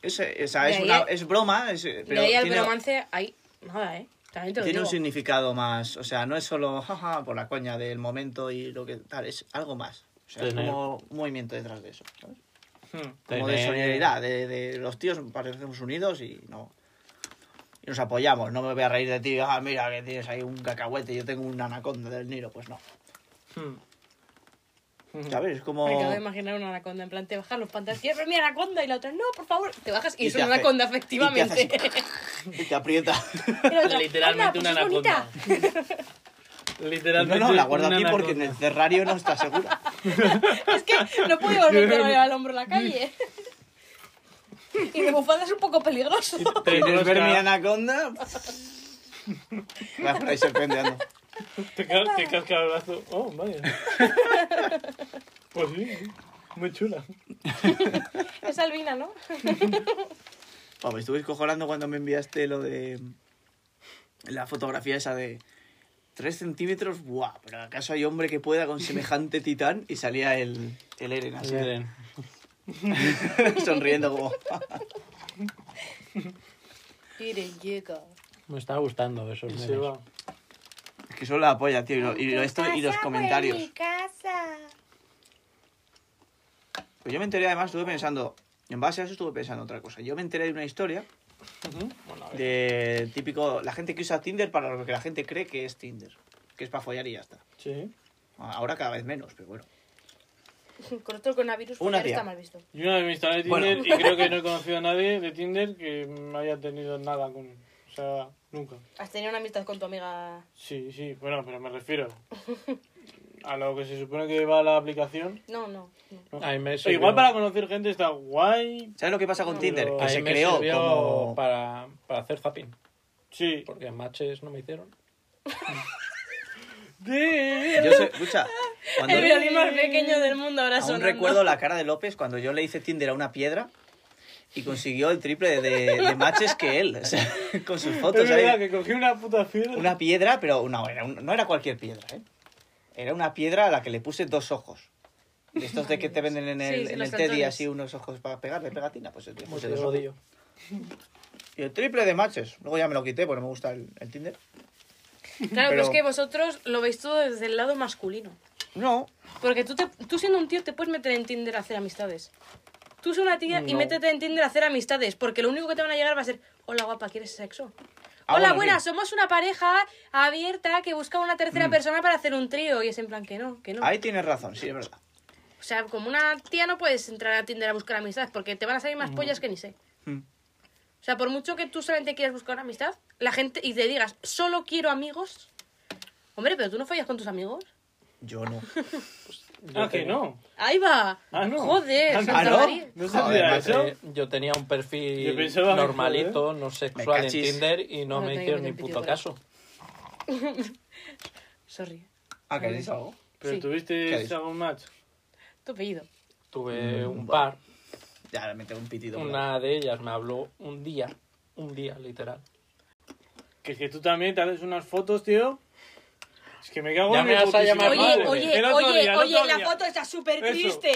A: Es, es, es
D: De ahí
A: una-
D: el-
A: es broma, es- pero
D: de ahí al
A: tiene,
D: bromance, ahí, nada, ¿eh? También te lo
A: tiene un
D: digo.
A: significado más. O sea, no es solo jaja por la coña del momento y lo que tal, es algo más. O sea, es
C: Tener-
A: como un movimiento detrás de eso. ¿sabes?
B: Hmm.
A: como de
C: Tener-
A: solidaridad, de, de los tíos parecemos unidos y no y nos apoyamos. No me voy a reír de ti, ah, mira que tienes ahí un cacahuete, yo tengo un anaconda del Nilo, pues no.
B: Hmm.
A: ¿Sabes? Es como
D: Me acabo de imaginar una anaconda, en plan, te bajas los pantalones, ¡eh, pero mi anaconda, y la otra, no, por favor, te bajas, y,
A: Y
D: es
A: te
D: una
A: hace-
D: anaconda,
A: y te hace
D: efectivamente.
A: y te aprieta.
D: Y la otra, "Anda,
B: Literalmente
D: pues
B: una
D: es bonita".
B: anaconda.
A: no,
B: Literalmente.
A: no, la guardo
B: una
A: aquí porque en
B: anaconda.
A: el cerrario no está segura.
D: Es que no puedo volver al hombro en la calle. Y de bufanda es un poco peligroso.
B: Te
A: ¿Quieres ver mi
B: rosca-
A: anaconda? Vas por ahí serpenteando.
B: Te, ca- te casca el brazo. Oh, vaya. Pues sí, sí. muy chula.
D: Es albina, ¿no?
A: Oh, me estuve cojonando cuando me enviaste lo de la fotografía esa de 3 centímetros. Buah, pero ¿acaso hay hombre que pueda con semejante titán? Y salía el, el Eren así,
C: Miren.
A: sonriendo como...
D: llega.
C: Me está gustando esos
B: Y
C: memes.
B: se va.
A: Es que son la polla, tío. Y, lo- y lo- esto, y los comentarios.
D: casa.
A: Pues yo me enteré además, estuve pensando, En base a eso estuve pensando otra cosa. Yo me enteré de una historia
C: Bueno, a ver.
A: de típico. La gente que usa Tinder para lo que la gente cree que es Tinder. Que es para follar y ya está.
C: Sí.
A: Ahora cada vez menos, pero bueno.
E: Con esto el coronavirus
A: Una
E: follar
A: tía.
E: está mal visto.
B: Yo una vez me instalé Tinder
A: Bueno.
B: y creo que no he conocido a nadie de Tinder que me haya tenido nada con. O sea, nunca.
E: Has tenido una amistad con tu amiga.
B: Sí, sí, bueno, pero me refiero a lo que se supone que va la aplicación.
E: No, no. no.
C: Ahí me
B: O
C: sirvió-
B: igual para conocer gente está guay.
A: ¿Sabes lo que pasa con
B: Pero
A: Tinder? Que
C: ahí
A: se
C: me
A: creó
C: sirvió
A: como.
C: para, para hacer zapping.
B: Sí.
C: Porque matches no me hicieron.
B: De-
A: Yo sé, escucha, cuando
E: El violín más pequeño del mundo ahora
A: aún
E: sonando.
A: recuerdo la cara de López cuando yo le hice Tinder a una piedra y consiguió el triple de, de- de matches que él, o sea, con sus fotos.
B: Es verdad
A: ahí.
B: que cogí una puta fiera.
A: Una piedra, pero no era, un- no era cualquier piedra, ¿eh? Era una piedra a la que le puse dos ojos. De estos de que te venden en
D: Sí,
A: el,
D: sí,
A: en
D: los
A: el Teddy,
D: cantones.
A: así unos ojos para pegarle pegatina, pues le puse
C: Te
A: dos
C: lo
A: ojos.
C: odio.
A: Y el triple de matches. Luego ya me lo quité porque no me gusta el, el Tinder.
D: Claro, pero
A: Pero-
D: es que vosotros lo veis todo desde el lado masculino.
A: No,
D: Porque tú, te- tú siendo un tío te puedes meter en Tinder a hacer amistades. Tú eres una tía y
B: No.
D: métete en Tinder a hacer amistades, porque lo único que te van a llegar va a ser, hola guapa, ¿quieres sexo?
A: Ah,
D: hola
A: bueno,
D: buena,
A: sí.
D: somos una pareja abierta que busca una tercera persona para hacer un trío. Y es en plan que no, que no.
A: ahí tienes razón, sí, es verdad.
D: O sea, como una tía no puedes entrar a Tinder a buscar amistades, porque te van a salir más pollas que ni sé.
A: Mm.
D: O sea, por mucho que tú solamente quieras buscar una amistad, la gente y te digas, solo quiero amigos. Hombre, pero tú no fallas con tus amigos.
A: Yo no.
B: Ah, que no.
D: Ahí va.
B: Ah, no.
D: Joder,
B: Ah,
D: Santa
A: no.
D: María.
B: No se
A: Joder,
B: hacía
A: macho.
B: eso.
C: Eh, yo tenía un perfil
B: Yo pensaba ¿eh? mejor,
C: normalito, no
A: Me
C: sexual en
A: cachis.
C: Tinder y no
D: No
C: me
D: tengo
C: hicieron
D: ni
C: ni puto
D: pitido con
C: caso.
D: Sorry.
A: ¿Ah, que dices algo?
B: Pero
D: Sí.
A: ¿Qué
B: tuviste
A: habéis?
B: algún match.
D: Tu apellido.
C: Tuve
A: Mm,
C: un
A: vale.
C: par,
A: Ya, me tengo un pitido. por ahí.
C: una de ellas me habló un día, un día literal.
B: Que es que tú también te haces unas fotos, tío. Es que me cago
C: Ya
B: en
C: me
B: mi
C: vas a
B: putísima
C: llamar
B: madre.
E: Oye,
C: Madre.
E: oye,
B: El otro
E: oye,
B: día, el
E: oye,
B: otro
E: la
B: día.
E: foto está súper
B: Eso.
E: triste.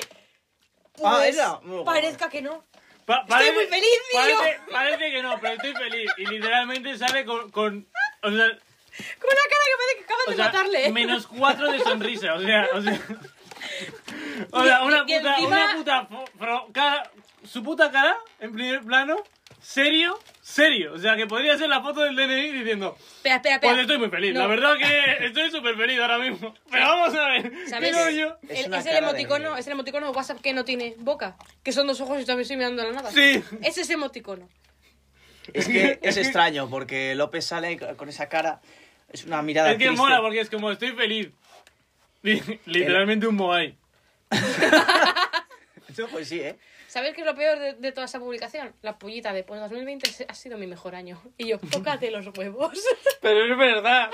A: Ah,
E: Pues,
A: esa. Muy guapa.
E: Parezca que no.
B: Pa-
E: Estoy muy feliz, tío.
B: Parece, parece que no, pero estoy feliz. Y literalmente sale con... con o sea,
E: Con una cara que parece que acaban
B: o
E: de
B: sea,
E: matarle. ¿eh?
B: menos cuatro de sonrisa. O sea, o sea... O sea, una
E: y
B: puta,
E: encima-
B: una puta fo- fro- cara, su puta cara, en primer plano, serio, serio. O sea, que podría ser la foto del DNI diciendo,
D: Espera, espera, espera.
B: pues estoy muy feliz.
D: No.
B: La verdad que estoy súper feliz ahora mismo. Pero vamos a ver, ¿qué
D: ¿Sabes?
B: coño?
D: El-
A: Es
D: Es,
A: una
D: el
A: cara de-
D: emoticono, es el emoticono WhatsApp que no tiene boca. Que son dos ojos y también estoy mirando a la nada.
B: Sí.
D: Es ese emoticono.
A: Es que es extraño, porque López sale con esa cara. Es una mirada
B: Es que
A: triste.
B: mola porque es como estoy feliz. Literalmente un Moai.
A: Eso, pues sí, ¿eh?
D: ¿Sabes qué es lo peor de, de toda esa publicación? La pollita de, pues 2020 se- ha sido mi mejor año. Y yo, tócate los huevos.
C: Pero es verdad.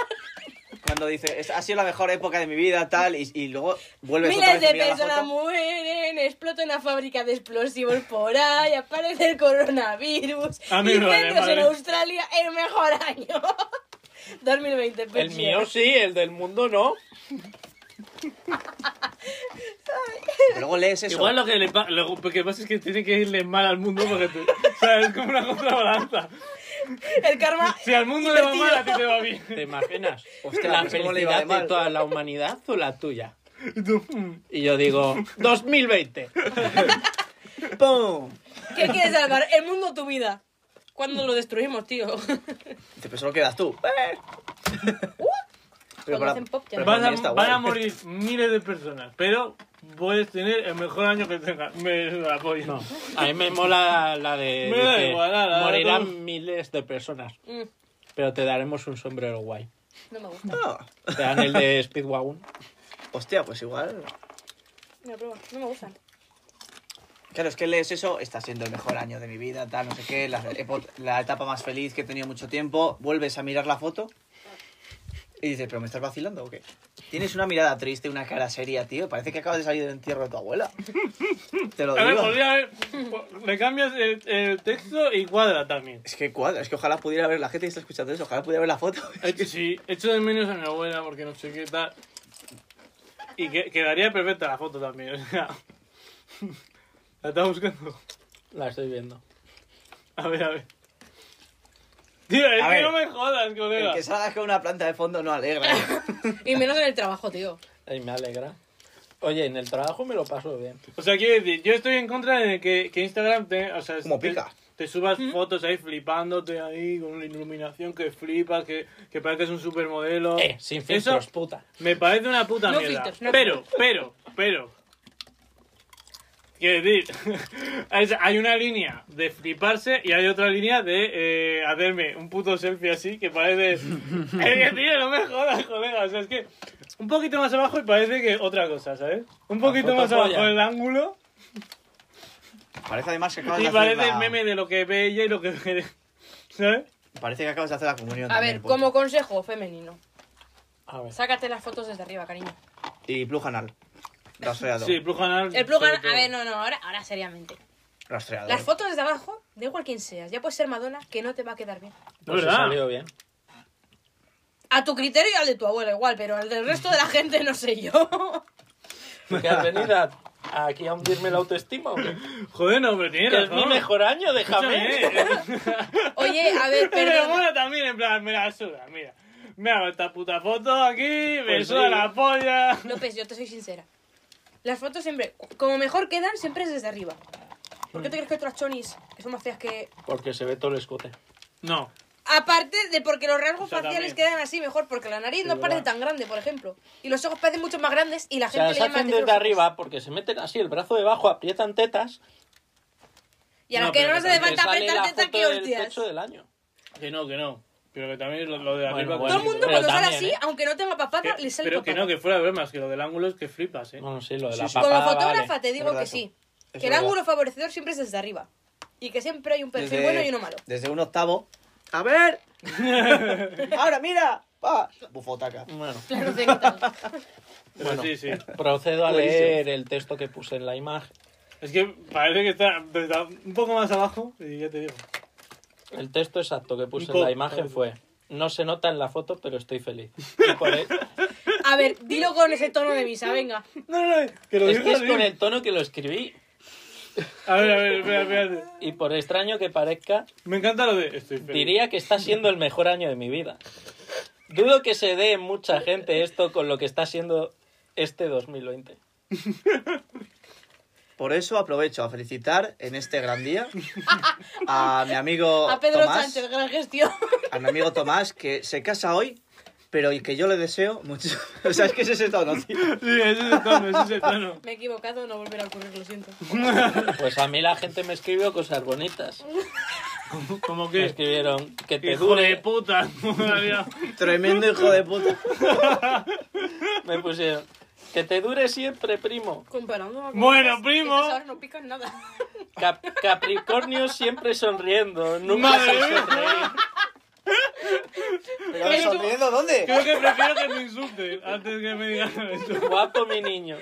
A: Cuando dice, "Es- ha sido la mejor época de mi vida, tal, y, y luego vuelves otra
E: Miles
A: vez
E: de
A: a mirar la
E: personas
A: foto.
E: mueren, explota una fábrica de explosivos por ahí, aparece el coronavirus,
B: A mí me vale,
E: incendios en
B: madre.
E: Australia, el mejor año. 2020, pues
C: El
E: ya.
C: mío sí, el del mundo no.
A: Pero luego lees eso.
B: Igual lo que, le pa- lo que pasa es que tiene que irle mal al mundo porque te- o sea, es como una contrabalanza.
E: El karma.
B: Si al mundo le va mal, a ti te va bien.
C: ¿Te imaginas?
A: Hostia,
C: la
A: pues cómo le iba de
C: felicidad de
A: mal.
C: toda la humanidad o la tuya. Y yo digo, 2020.
A: ¡Pum!
E: ¿Qué quieres salvar? El mundo o tu vida.
D: ¿Cuándo lo destruimos, tío?
A: Dice, pero solo quedas tú. Eh.
D: Cuando
A: para-
D: hacen pop ya
A: pero
D: no.
A: para
B: Van
A: mí está
B: a,
A: guay.
B: van a morir miles de personas, pero puedes tener el mejor año que tengas. Me la polla.
C: No, a mí me mola la de.
B: Me da igual, la- la-
C: morirán
B: la-
C: miles de personas,
D: Mm,
C: pero te daremos un sombrero guay.
D: no me gusta.
A: Ah,
C: Te dan el de Speedwagon.
A: hostia, pues igual.
D: Mira, prueba. No me gustan.
A: Claro, es que lees eso, está siendo el mejor año de mi vida, tal, no sé qué, la, epo- la etapa más feliz que he tenido mucho tiempo. Vuelves a mirar la foto y dices, ¿pero me estás vacilando o qué? Tienes una mirada triste, una cara seria, tío. Parece que acabas de salir del entierro de tu abuela. Te lo
B: A ver,
A: digo.
B: podría haber- le cambias el, el texto y cuadra también.
A: Es que cuadra, es que ojalá pudiera ver la gente que está escuchando eso, ojalá pudiera ver la foto.
B: Echo- Sí, echo de menos a mi abuela porque no sé qué tal. Y que- quedaría perfecta la foto también. O sea, la estaba buscando.
C: La estoy viendo.
B: A ver, a ver. Tío, es
A: A
B: que
A: ver.
B: no me jodas,
A: El
B: colega.
A: ¿eh? que salgas con una planta de fondo no alegra.
D: Y menos en el trabajo, tío.
C: Y me alegra. Oye, en el trabajo me lo paso bien.
B: O sea, quiero decir, yo estoy en contra de que, que Instagram te, o sea,
A: Como
B: te-
A: pica.
B: te subas fotos ahí flipándote ahí con una iluminación que flipas, que, que pareces un supermodelo.
C: Eh, sin
B: Eso
C: filtros, puta.
B: Me parece una puta
F: No
B: mierda.
F: filtros, no
B: pero, pero, pero. Quiero decir, es- hay una línea de fliparse y hay otra línea de eh, hacerme un puto selfie así que parece. es que, tío, no me jodas, colega. O sea, es que un poquito más abajo y parece que otra cosa, ¿sabes? Un poquito
C: foto
B: más abajo
C: polla.
B: el ángulo
A: Parece además que acabas
B: y
A: de hacer.
B: parece
A: la-
B: el meme de lo que ve ella y lo que ve. ¿Sabes?
A: Parece que acabas de hacer la comunión.
D: A
A: también,
D: ver,
A: pues.
D: como consejo femenino,
C: A ver.
D: sácate las fotos desde arriba, cariño.
A: Y plujanal. Rastreador.
B: Sí, plujanal.
D: El plug
B: sobre todo.
D: A ver, no, no, ahora, ahora seriamente.
A: Rastreador.
D: Las fotos desde abajo, da igual quién seas, ya puedes ser Madonna, que no te va a quedar bien.
C: Pues he
B: ¿Verdad?
C: salido bien.
D: A tu criterio y al de tu abuela igual, pero al del resto de la gente no sé yo.
C: ¿Que has venido a- aquí a hundirme la autoestima o qué?
B: Joder, no, pero
C: Que
B: tienes
C: es
B: razón.
C: mi mejor año, déjame.
B: Escúchame, eh.
D: Oye, a ver,
B: Pero
D: perdona.
B: mola también, en plan, me la suda, mira. Me hago esta puta foto aquí, me
C: Pues
B: suda
C: sí.
B: la polla.
D: López, yo te soy sincera. Las fotos siempre, como mejor quedan, siempre es desde arriba. ¿Por qué te crees que otras chonis, que son más feas que...
C: Porque se ve todo el escote.
B: No.
D: Aparte de porque los rasgos
B: O sea,
D: faciales
B: también.
D: quedan así mejor, porque la nariz
C: Sí,
D: no
C: verdad.
D: parece tan grande, por ejemplo. Y los ojos parecen mucho más grandes y la
C: O sea, las
D: gente le
C: hacen
D: llama la atención
C: desde
D: los ojos.
C: arriba porque se meten así, el brazo debajo, aprietan tetas.
D: Y a la
B: No,
D: que
B: pero
D: no
B: que
D: se
B: también
D: le
C: y te
D: falta
C: sale
D: apretar
C: la
D: teta,
C: foto
D: que
C: del
D: hostias.
C: pecho del año.
B: Que no, que no. Pero que también lo, lo de
C: Bueno,
B: arriba.
C: bueno.
D: Todo el mundo
C: Pero
D: cuando sale así,
C: también, ¿eh?
D: aunque no tenga papada,
B: Que-
D: le sale
B: pero que
D: papada.
B: no, que fuera de bromas, que lo del ángulo es que flipas, eh.
C: Bueno, sí, lo de
A: Sí,
C: la
A: sí.
C: papada,
D: Como fotógrafa
C: vale.
D: te digo
A: verdad
D: que
A: eso.
D: sí.
A: Es
D: que el
A: verdad.
D: ángulo favorecedor siempre es desde arriba. Y que siempre hay un perfil
A: Desde-
D: bueno y uno malo.
A: Desde un octavo. ¡A ver! ¡Ahora mira! ¡Pa! Bufotaca.
C: Bueno,
D: Plano cenital.
B: Pero
C: Bueno.
B: sí, sí.
C: procedo a
A: Buenísimo.
C: leer el texto que puse en la imagen.
B: Es que parece que está, está un poco más abajo y ya te digo.
C: El texto exacto que puse
B: Un
C: en la
B: poco,
C: imagen
B: algo.
C: fue: No se nota en la foto, pero estoy feliz. Y por e-
D: A ver, dilo con ese tono de misa, venga.
B: No, no, no, que lo
C: es
B: digo
C: que es
B: así.
C: con el tono que lo escribí.
B: A ver, a ver, espera, espérate.
C: Y por extraño que parezca,
B: Me encanta lo de. Estoy feliz.
C: diría que está siendo el mejor año de mi vida. Dudo que se dé en mucha gente esto con lo que está siendo este 2020.
A: Por eso aprovecho a felicitar en este gran día a mi amigo
D: A Pedro
A: Oh, Tomás,
D: Sánchez, gran gestión.
A: a mi amigo Tomás que se casa hoy, pero y que yo le deseo mucho. O sea, es que ese es el tono, tío.
B: Sí, ese es el tono, ese es el tono.
D: Me he equivocado, no volverá a ocurrir, lo siento.
C: Pues a mí la gente me escribió cosas bonitas.
B: Como
C: Me
B: que.
C: escribieron que te
B: Hijo de
C: dure.
B: puta. todavía.
A: Tremendo hijo de puta.
C: Me pusieron que te dure siempre, primo.
D: Comparando a
B: Bueno,
D: cosas,
B: primo.
D: estas ahora no pican nada.
C: Cap- Capricornio siempre sonriendo. Nunca
B: Madre
C: se
B: mía.
C: sonreír.
A: ¿Pero sonriendo dónde?
B: Creo que prefiero que me insulten antes que me digan esto.
C: Guapo mi niño.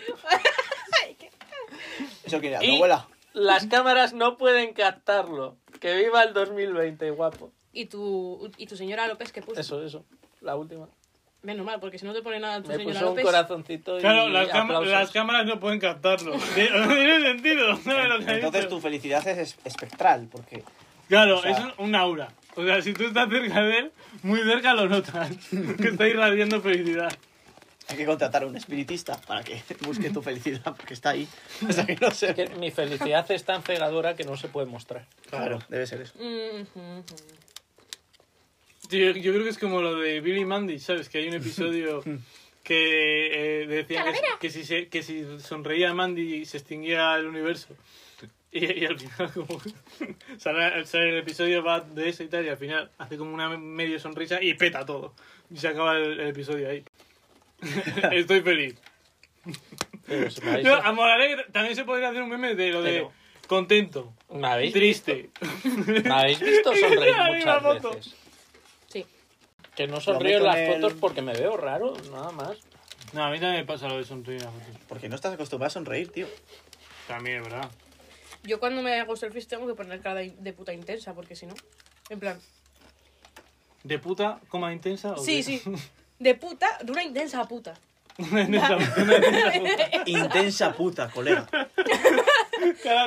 A: Eso quiere, tu
C: Y
A: abuela.
C: las cámaras no pueden captarlo. Que viva el 2020, guapo.
F: Y tu, y tu señora López que puso.
C: Eso, eso. La última.
F: Menos mal, porque si no te pone nada tu
C: Me
F: señora
C: puso un
F: López.
C: corazoncito y
B: Claro, las, cam-
C: aplausos.
B: las cámaras no pueden captarlo. No tiene sentido. ¿sabes lo que he
A: Entonces
B: dicho?
A: tu felicidad es es- espectral, porque
B: Claro,
A: o sea-
B: es un, un aura. O sea, si tú estás cerca de él, muy cerca lo notas. Que está irradiando felicidad.
A: hay que contratar a un espiritista para que busque tu felicidad, porque está ahí. O sea, que no
C: Es que
A: sé.
C: mi felicidad es tan cegadora que no se puede mostrar.
A: Claro, debe ser eso.
F: Mm, mm,
B: Tío, yo creo que es como lo de Billy Mandy, ¿sabes? Que hay un episodio que eh, decía que, que si se- que si sonreía Mandy se extinguía el universo. Y, y al final como sale, sale el episodio va de eso y tal y al final hace como una medio sonrisa y peta todo. Y se acaba el, el episodio ahí. Estoy feliz.
C: Pero se me habéis-
B: Yo, a Moralegre también se podría hacer un meme de lo de
C: Pero-
B: contento,
C: ¿Me habéis,
B: triste.
C: me habéis visto sonreír
B: La misma
C: muchas
B: foto.
C: veces.
F: Sí.
C: Que no sonrío en
A: meto
C: las
A: en el-
C: fotos porque me veo raro, nada más.
B: No, a mí también me pasa lo de sonreír. a veces.
A: Porque no estás acostumbrado a sonreír, tío.
B: También, ¿verdad?
D: Yo cuando me hago selfies tengo que poner cara de, de puta intensa, porque si no. En plan.
B: ¿De puta, coma intensa? o
D: Sí,
B: qué?
D: sí. De puta, de una intensa a puta.
B: Intensa,
A: Intensa puta, colega.
B: cara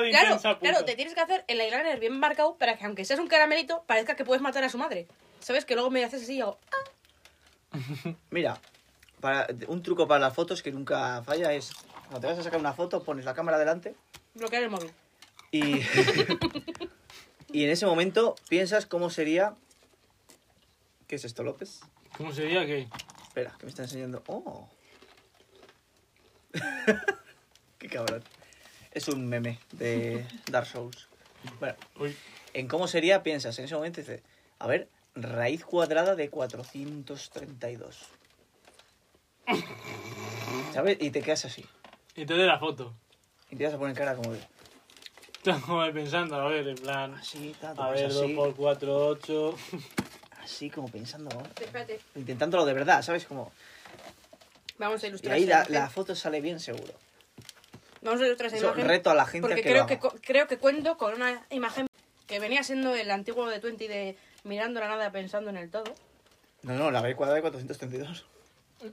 B: de
D: Claro,
B: intensa puta.
D: claro, te tienes que hacer el eyeliner bien marcado para que aunque seas un caramelito, parezca que puedes matar a su madre. ¿Sabes? Que luego me haces así y hago. "Ah".
A: Mira, para, un truco para las fotos que nunca falla es Cuando te vas a sacar una foto, pones la cámara delante
D: Bloquear el móvil.
A: y. y en ese momento piensas cómo sería. ¿Qué es esto, López?
B: ¿Cómo sería que?
A: Espera, que me está enseñando. ¡Oh! ¡Qué cabrón! Es un meme de Dark Souls. Bueno,
B: Uy,
A: en cómo sería piensas en ese momento y dices, a ver, raíz cuadrada de 432. ¿Sabes? Y te quedas así.
B: y te dé la foto.
A: Y empiezas a poner cara como de,
B: Estás como ahí pensando, a ver, en
D: Ah,
B: plan.
A: así, tal, te
B: A
A: pones
B: ver, 2
A: así,
B: por 4, 8.
A: así como pensando, ¿no?
D: Espérate,
A: intentándolo de verdad, ¿sabes? Como,
D: vamos a
A: y
D: ilustrar.
A: ahí
D: esta
A: la,
D: imagen.
A: la foto sale bien seguro.
D: Vamos a ilustrar esa
A: Eso
D: imagen.
A: reto a la gente a
D: porque
A: que
D: creo
A: lo
D: que
A: haga.
D: co- creo que cuento con una imagen que venía siendo el antiguo de Twenty de mirando la nada pensando en el todo.
A: No, no, la raíz cuadrada de 432.
B: De
D: Creo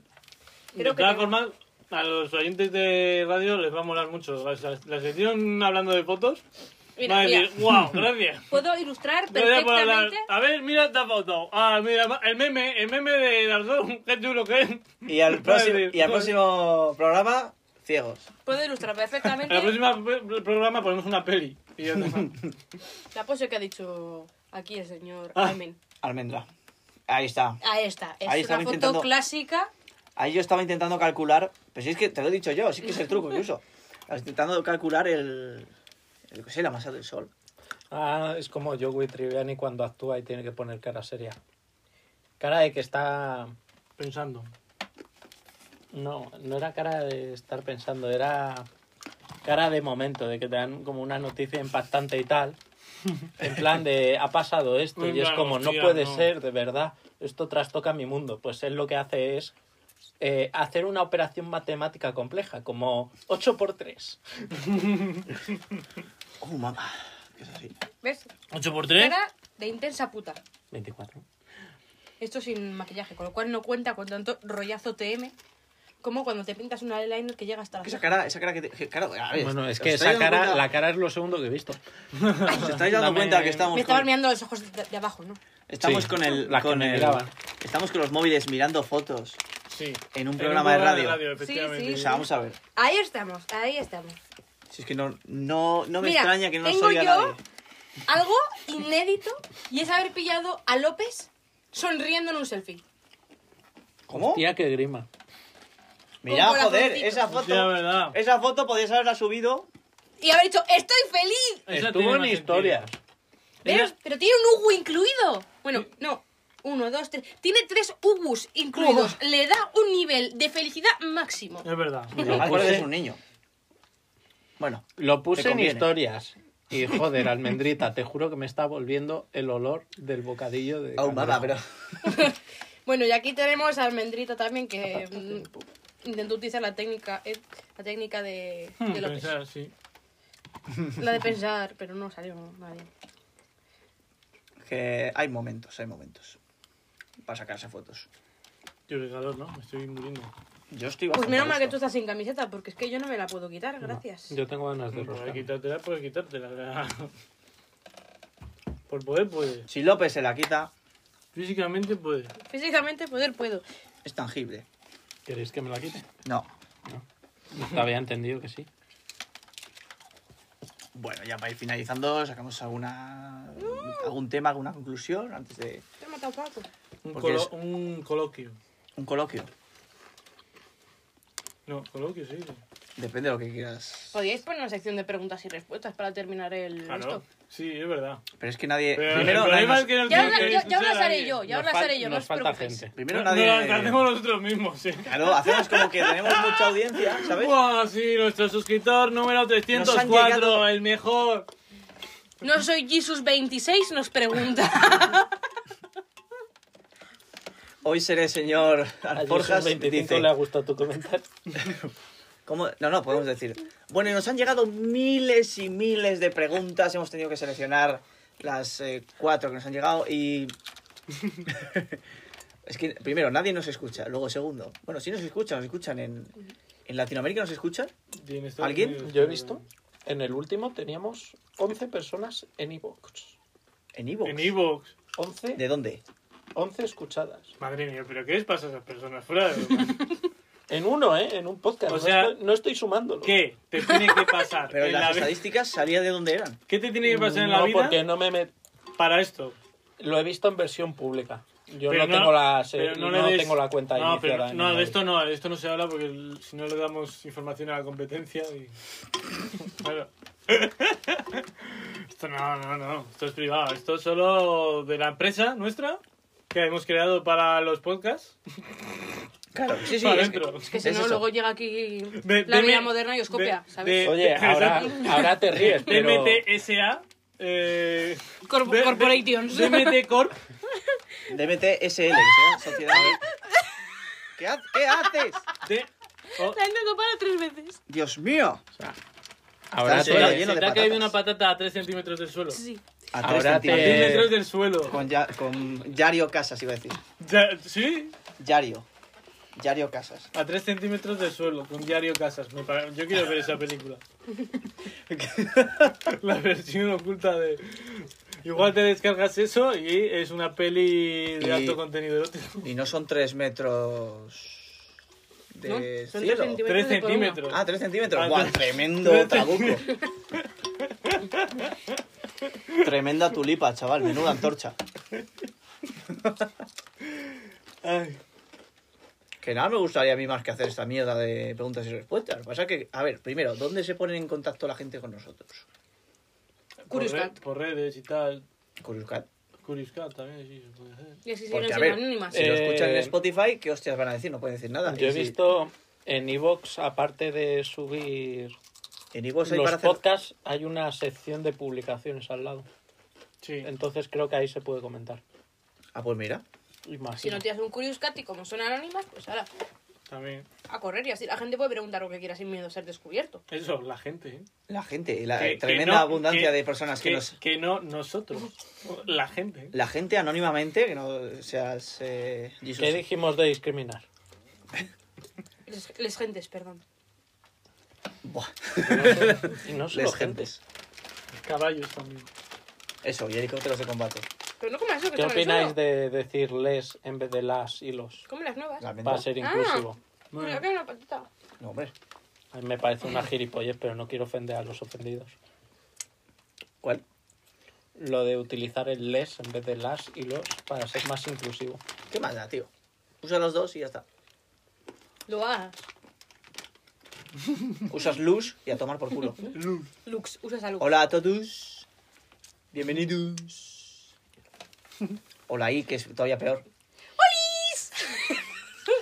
D: que
B: todas
D: tengo-
B: formas, a los oyentes de radio les va a molar mucho. La, la- la sección hablando de fotos
D: Mira,
B: va a
D: mira,
B: decir, wow, gracias.
D: puedo ilustrar
B: Gracias por hablar.
D: perfectamente.
B: A ver, mira esta foto. Ah, mira, ma- el meme, el meme de Dark Souls. Qué chulo que es.
A: Y al, próximo,
B: Madre,
A: y al
B: madre.
A: próximo programa, ciegos.
D: Puedo ilustrar
B: En el
D: perfectamente
B: próximo pe- programa ponemos una peli. Y ya está.
D: la pose que ha dicho aquí el señor
B: Ah.
D: Amen.
A: Almendra. Ahí está.
D: Ahí está. Es
A: Ahí
D: una
A: estaba
D: foto
A: intentando-
D: clásica.
A: Ahí yo estaba intentando calcular, pero si es que te lo he dicho yo, sí que es el truco incluso. Estaba intentando calcular el, el que sé, la masa del sol.
C: Ah, es como Joey Triviani cuando actúa y tiene que poner cara seria. Cara de que está.
B: Pensando.
C: No, no era cara de estar pensando, era cara de momento, de que te dan como una noticia impactante y tal. En plan de, ha pasado esto
B: En
C: y es
B: plan,
C: como, no
B: hostia,
C: puede
B: no.
C: ser, de verdad, esto trastoca mi mundo. Pues él lo que hace es eh, hacer una operación matemática compleja, como 8 por 3.
A: Oh, mamá. Que es así.
D: ¿Ves?
B: 8 por
A: ¿Eh?
B: 3
D: Cara de intensa puta.
C: 24.
D: Esto sin maquillaje, con lo cual no cuenta con tanto rollazo TM como cuando te pintas un eyeliner que llega hasta la
A: Esa cara, esa cara que te. que, Claro, a ver,
C: Bueno, es
A: ¿os
C: que esa
A: estáis dando
C: cara,
A: cuenta-
C: la cara es lo segundo que he visto.
A: ¿Os estáis dando
C: Dame-
A: cuenta que estamos.
D: Me estaba
A: con-
D: mirando los ojos de, de abajo, ¿no?
A: Estamos
C: Sí,
A: con el.
C: la que
A: con
C: me
A: el-
C: miraba.
A: estamos con los móviles mirando fotos
B: Sí.
A: en un programa de radio.
B: efectivamente.
D: Sí,
A: O sea, vamos a ver.
D: Ahí estamos, ahí estamos.
A: Si es que no, no, no me
D: Mira,
A: extraña que no nos
D: tengo
A: oiga
D: yo-
A: nadie.
D: Algo inédito y es haber pillado a López sonriendo en un selfie.
A: ¿Cómo?
C: Tía, qué grima.
A: Mirá,
D: con
A: joder,
D: corazoncitos.
A: esa
B: Sí, la
A: foto.
B: verdad.
A: Esa foto podías haberla subido.
D: Y haber dicho, ¡estoy feliz!
B: Esa tiene
C: Estuvo en
B: más
C: historias.
D: ¿Ves?
B: Esa-
D: Pero tiene un Ugu incluido. Bueno, no. Uno, dos, tres. Tiene tres Ugus incluidos. Le da un nivel de felicidad máximo.
B: Es verdad.
A: Lo más
C: puse-
A: es un niño. Bueno,
C: Lo
A: Te
C: puse en
A: conviene.
C: historias. Y joder, almendrita, te juro que me está volviendo el olor del bocadillo de.
A: oh, mamá,
C: cangrejo.
A: pero.
D: Bueno, y aquí tenemos a Almendrita también que mm, intentó utilizar la técnica, eh, la técnica de,
B: Hmm,
D: de López.
B: pensar, sí.
D: La de pensar, pero no salió nada bien.
A: Que hay momentos, hay momentos. Para sacarse fotos.
B: Tío, qué calor, ¿no? Me estoy muriendo.
A: Yo estoy bastante.
D: Pues menos mal
A: a
D: que tú
A: gusto.
D: estás sin camiseta, porque es que yo no me la puedo quitar, gracias.
C: Yo tengo ganas de
B: Por
C: rosca.
B: quitártela, por quitártela. la- Por poder, puedes.
A: Si López se la quita,
B: Físicamente, puedes.
D: Físicamente poder puedo.
A: es tangible.
C: ¿Queréis que me la quite?
A: No.
C: Lo había entendido que sí.
A: Bueno, ya para ir finalizando, sacamos alguna algún tema, alguna conclusión antes de
D: Te he matado Paco.
B: Un,
A: Porque
B: colo-
A: es-
B: un coloquio.
A: un coloquio.
B: No, coloquio, sí.
A: Depende de lo que quieras.
D: Podíais poner una sección de preguntas y respuestas para terminar el
B: Claro.
D: esto.
B: Sí, es verdad.
A: Pero es que nadie.
B: Pero
A: primero,
B: el
A: nadie
B: problema
A: nos-
B: es que no
D: Ya
B: tiene que
D: habla- ya- ya
B: escuchar
D: hablas
B: a
D: haré
B: nadie.
D: yo, ya
C: Nos
D: hablas
C: fal-
D: haré yo, no
C: nos
D: os
C: falta
D: preocupéis.
C: gente.
A: primero
B: No,
A: nadie.
B: lo hacemos nosotros mismos, sí.
A: Claro, hacemos como que tenemos mucha audiencia, ¿sabes?
B: Buah, sí, nuestro suscriptor número 304,
A: llegado-
B: el mejor.
D: No soy Jesus26, nos pregunta.
A: Hoy seré señor
C: Al
A: Alforjas.
C: 25
A: dice-
C: le ha gustado tu comentario.
A: ¿Cómo? No, no, podemos decir. Bueno, y nos han llegado miles y miles de preguntas. Hemos tenido que seleccionar las eh, cuatro que nos han llegado y... es que, primero, nadie nos escucha. Luego, segundo. Bueno, sí nos escuchan, nos escuchan en... ¿En Latinoamérica nos escuchan?
B: Y en Estados
A: ¿Alguien?
B: Unidos,
C: Yo he
B: pero-
C: visto, en el último teníamos 11 personas en iVoox.
A: En Ivo.
B: En Evox.
C: 11,
A: ¿De dónde?
C: 11 escuchadas.
B: Madre mía, ¿pero qué les pasa a esas personas? Fuera de broma.
C: En uno, ¿eh? En un podcast.
B: O
C: no
B: sea,
C: estoy- no estoy sumándolo.
B: ¿Qué te tiene que pasar
A: Pero
B: en
A: las
B: la vida?
A: estadísticas sabía de dónde eran.
B: ¿Qué te tiene que pasar en la
C: no,
B: vida
C: porque no me met-
B: para esto?
C: Lo he visto en versión pública. Yo
B: Pero
C: no, tengo la se-
B: pero
C: no,
B: le des-
C: tengo la cuenta ¿eh?
B: no, pero
C: iniciada en
B: no,
C: el
B: de esto no, de esto no se habla porque el- si no le damos información a la competencia y... Claro. esto no, no, no, esto es privado, esto es solo de la empresa nuestra que hemos creado para los podcasts.
A: Claro, sí, sí.
B: Para
A: es que-
B: adentro.
D: Que si
A: es
D: no,
A: eso.
D: luego llega aquí
B: De-
D: la
B: deme-
D: vida moderna y os copia,
B: de-
D: ¿sabes?
B: de-
C: Oye, ahora,
B: Exacto.
C: ahora te ríes, pero...
B: DMTSA. Eh,
D: Corp-
B: de- de-
D: corporations.
B: DMT Corp.
A: DMT SL, que se llama Sociedad. ¿Qué, ha- ¿Qué haces?
B: de- oh,
D: La gente no para tres veces.
A: Dios mío.
C: Ahora
A: Está suelo
C: te,
A: lleno
B: se
A: de
B: te ha caído
A: patatas.
B: una patata a 3 centímetros del suelo.
D: Sí.
A: A tres
C: Ahora
B: A
C: Eh.
A: centímetros.
B: 3 metros del suelo.
A: Con, ya, con Yario Casas, iba a decir.
B: Ya- sí,
A: Yario. Yario Casas.
B: a 3 centímetros del suelo, con Diario Casas. Me pare- Yo quiero ver esa película. La versión oculta de. Igual te descargas eso y es una peli de
A: Y-
B: alto contenido erótico.
A: Y no son tres metros
D: No,
A: de
D: son
A: cielo.
D: tres centímetros.
B: 3
D: de por uno.
B: centímetros.
A: Ah, tres centímetros.
B: Ah,
A: Guau,
B: tres-
A: tremendo
B: tres-
A: trabuco. Tremenda tulipa, chaval. Menuda antorcha.
B: Ay.
A: Que nada me gustaría a mí más que hacer esta mierda de preguntas y respuestas. Lo que pasa es que, a ver, primero, ¿dónde se ponen en contacto la gente con nosotros?
B: Por,
D: Curious
B: re-
D: Cat.
B: por redes y tal.
A: Curious Cat.
B: Curious Cat también, sí, se puede hacer.
D: Y así
A: Porque,
D: siguen
A: a
D: siendo
A: ver,
D: anónimas.
A: si lo escuchan en
C: Eh,
A: Spotify, ¿qué hostias van a decir? No pueden decir nada.
C: Yo he
A: Y si-
C: visto en Evox, aparte de subir
A: En iVoox hay Pues
C: los
A: para hacer-
C: podcasts, hay una sección de publicaciones al lado.
B: Sí.
C: Entonces creo que ahí se puede comentar.
A: Ah, pues mira.
E: Si
C: Imagino.
E: no te hace un Curious Cat y como son anónimas, pues ahora,
B: También.
E: a correr y así la gente puede preguntar lo que quiera sin miedo a ser descubierto.
B: Eso, la gente, ¿eh?
A: La gente, la
B: Que- que
A: tremenda
B: no-
A: abundancia
B: que-
A: de personas que,
B: que,
A: nos...
B: que no nosotros. La gente.
A: La gente anónimamente, que no o seas... Eh, Jesus.
C: ¿Qué dijimos de discriminar?
E: Les, les gentes, perdón.
A: Buah,
C: Y no solo
A: les
C: gente.
A: gentes.
B: Caballos también.
A: Eso, y helicópteros de combate.
E: Pero no comas eso, que
C: ¿Qué
E: están en el
C: opináis
E: suelo.
C: de decir les en vez de las y los?
E: Come las nuevas.
A: Realmente.
C: Para ser
E: Ah.
C: inclusivo.
E: Bueno, acá hay una patata.
A: No, hombre.
C: A mí me parece una gilipollez, pero no quiero ofender a los ofendidos.
A: ¿Cuál?
C: Lo de utilizar el les en vez de las y los para ser más inclusivo.
A: ¿Qué más da, tío? Usa los dos y ya está.
E: Lo hagas.
A: Usas luz y a tomar por culo.
E: Lux, usas a Lux.
A: Hola a todos. Bienvenidos. Hola ahí, que es todavía peor.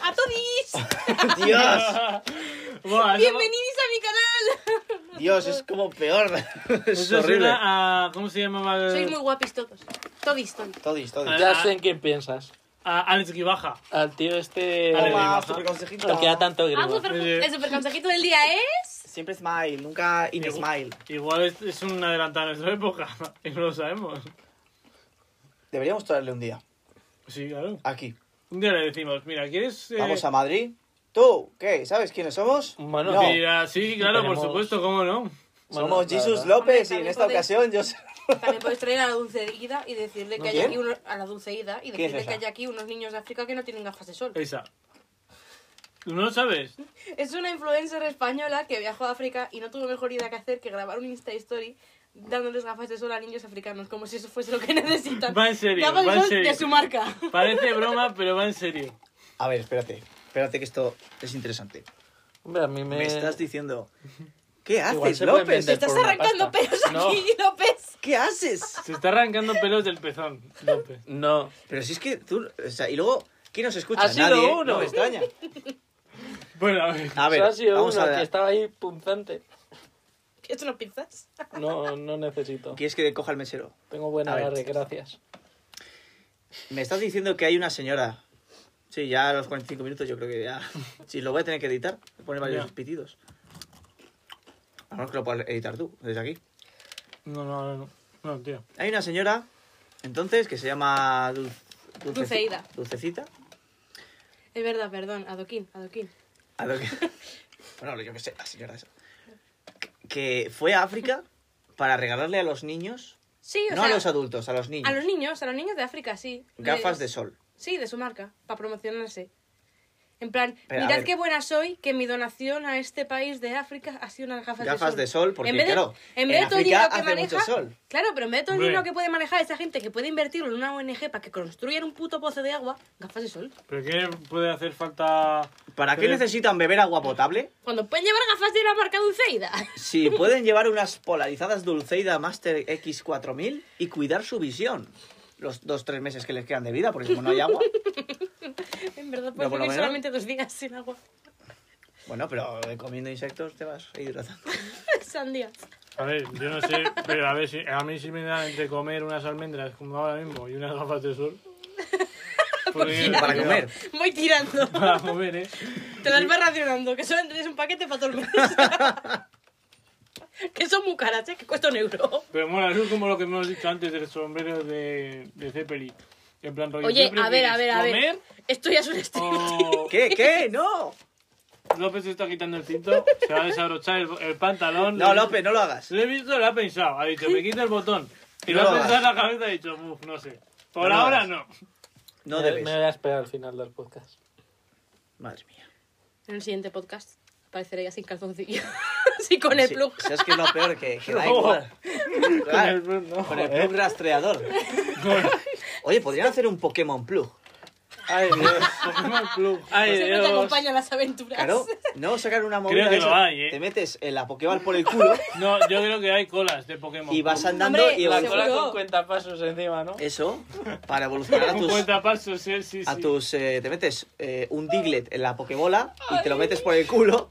E: ¡A todis!
A: ¡Dios!
B: Buah, eso-
E: ¡Bienvenidos a mi canal!
C: Eh.
A: Dios, es como peor. es
B: Eso
A: horrible.
B: suena a. ¿Cómo se llamaba? el-
E: Sois muy guapis todos. Todis, todis.
A: Todis, todis.
C: Ya
B: Ah.
C: sé en quién piensas.
B: A Alex Gibaja.
C: Al tío este.
B: Al
C: Al
A: Toma,
B: baja.
A: superconsejito.
C: que da tanto
E: Ah,
C: grima.
D: pues,
E: super,
B: Oye.
E: el superconsejito del día es...
A: Siempre smile, nunca in
B: Digo-
A: smile.
B: Igual es, es un adelantado a nuestra época. Y no lo sabemos.
A: Deberíamos traerle un día.
B: Sí, claro.
A: Aquí.
B: Un día le decimos, mira, ¿quieres...? eh,
A: Vamos a Madrid. ¿Tú qué? ¿Sabes quiénes somos?
C: Bueno,
A: no.
C: sí,
B: Mira, sí, claro,
C: Tenemos-
B: por supuesto, cómo no.
C: Bueno,
A: Somos
C: la
A: Jesus
C: verdad.
A: López y
E: Hombre,
A: en esta
E: también
A: ocasión yo soy-
E: También podéis traer a la dulce Ida y decirle que hay
A: ¿Quién?
E: aquí unos... A la dulce Ida y
A: ¿Quién es
E: decirle que
A: esa?
E: hay aquí unos niños de África que no tienen gafas de sol.
B: Esa. ¿No lo sabes?
E: Es una influencer española que viajó a África y no tuvo mejor idea que hacer que grabar un Insta Story dándoles gafas de sol a niños africanos, como si eso fuese lo que necesitan.
B: Va en serio,
E: Gafas
B: va
E: de
B: en
E: sol de su
B: serio.
E: marca.
B: Parece broma, pero va en serio.
A: A ver, espérate. Espérate que esto es interesante.
C: Hombre, a mí me.
A: Me estás diciendo... ¿Qué
C: Igual
A: haces,
C: se pueden
A: López?
E: Te
C: vender.
E: estás
C: por una
E: arrancando
C: pasta.
E: pelos
C: No.
E: aquí, López.
A: ¿Qué haces?
B: Se está arrancando pelos del pezón, López.
C: No.
A: Pero si es que tú... o sea, y luego, ¿quién nos escucha?
C: Ha sido
A: Nadie, ¿eh?
C: uno.
A: No me extraña.
B: Bueno, a ver.
A: A ver,
C: Eso ha sido
A: vamos
C: uno
A: a
C: que
A: ver.
C: estaba ahí punzante.
E: ¿Es una pizzas?
C: No, no necesito.
A: ¿Quieres que coja el mesero?
C: Tengo buena
A: A ver.
C: agarre, gracias.
A: Me estás diciendo que hay una señora. Sí, ya a los 45 minutos yo creo que ya... Sí, lo voy a tener que editar. Voy a poner varios
B: Ya.
A: pitidos. A lo mejor que lo puedas editar tú, desde aquí.
B: No, no, no, no. No, tío.
A: Hay una señora, entonces, que se llama Dul- Dulceci-
E: Dulceida.
A: Dulcecita.
E: Es verdad, perdón, adoquín, adoquín.
A: A lo que... bueno, yo qué sé, la señora esa. Que fue a África para regalarle a los niños,
E: Sí, o
A: no
E: sea,
A: a los adultos, a los niños,
E: a los niños, a los niños de África, sí. Eh,
A: gafas de
E: sol.
A: sol.
E: Sí, de su marca, para promocionarse.
D: En plan,
A: Pero, a
D: mirad
A: ver.
D: qué buena soy, que mi donación a este país de África ha sido unas gafas,
A: Gafas de
D: de sol.
A: sol, porque
D: En vez de-
A: claro,
D: en vez de todo el
A: África
D: dinero que
A: hace
D: maneja-
A: mucho sol.
D: Claro, pero en vez de todo el
B: Hombre.
D: dinero que puede manejar esa gente que puede invertirlo en una ONG para que construyan un puto pozo de agua, gafas de sol.
B: ¿Pero qué puede hacer falta?
A: ¿Para qué
B: Pero-
A: necesitan beber agua potable?
D: Cuando pueden llevar gafas de la marca Dulceida.
A: Si pueden llevar unas polarizadas Dulceida Master X4000 y cuidar su visión los dos tres meses que les quedan de vida, porque como no hay agua.
D: en verdad,
A: Pero
D: puedo
A: por lo
D: vivir
A: menos-
D: solamente dos días sin agua.
A: Bueno, pero eh, comiendo insectos te vas hidratando.
D: Sandía.
B: A ver, yo no sé, pero a ver, si, a mí si me dan entre comer unas almendras como ahora mismo y unas gafas de sol.
A: Pero
B: porque-
A: Pues, para comer.
D: Voy tirando.
B: Para comer, eh.
D: Te las vas racionando, que solo tenéis un paquete para todo el mes. que son muy caras, ¿eh? que cuesta un euro.
B: Pero mola, eso es como lo que hemos dicho antes del sombrero de, de Zeppeli. En plan, rollo,
D: Oye,
B: ¿qué
D: a ver, a
B: prefieres,
D: ver, a ver.
B: ¿Comer Oh.
D: Esto ya es un striptease.
B: o
A: ¿Qué? ¿Qué? ¡No!
B: López se está quitando el cinto? Se va a desabrochar el, el pantalón.
A: No,
B: Le-
A: López, no lo hagas.
B: Le he visto, lo ha pensado. Ha dicho, me quita el botón. Y
A: No
B: lo
A: lo
B: ha pensado en
A: hagas.
B: la cabeza y ha dicho, uff, no sé. Por
A: No lo
B: ahora
A: hagas.
B: no.
A: No
C: me, me
A: debes.
C: voy a esperar al final del podcast.
A: Madre mía.
D: En el siguiente podcast apareceré ya sin calzoncillo. Así con el
A: Sí,
D: plug.
A: ¿Sabes qué es lo peor? Que, que da
B: No.
A: igual. Claro,
B: Con el- no,
A: Con el plug rastreador. Oye, podrían hacer un Pokémon plug.
C: Ay, Dios.
B: Pokémon
D: Ah, pues
B: Club.
C: Ay,
D: Siempre te
C: Dios.
D: acompañan las aventuras.
A: Claro, no sacar una movida
B: Creo que
A: de
B: lo
A: esas.
B: hay, ¿eh?
A: Te metes en la Pokéball por el culo
B: No, yo creo que hay colas de Pokémon.
A: y vas andando
D: Hombre,
A: y
D: la
C: La
A: evolucionas.
C: cola
D: Seguro.
C: con cuentapasos encima, ¿no?
A: Eso, para evolucionar a
B: Un
A: tus...
B: cuentapasos, sí, sí,
A: A
B: sí.
A: tus eh, te metes eh, un diglet en la Pokébola y te lo metes por el culo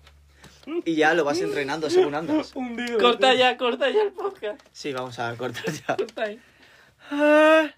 A: y ya lo vas entrenando según andas.
B: Un dedo.
C: Corta ya, corta ya el podcast.
A: Sí, vamos a cortar ya.
C: Corta ahí.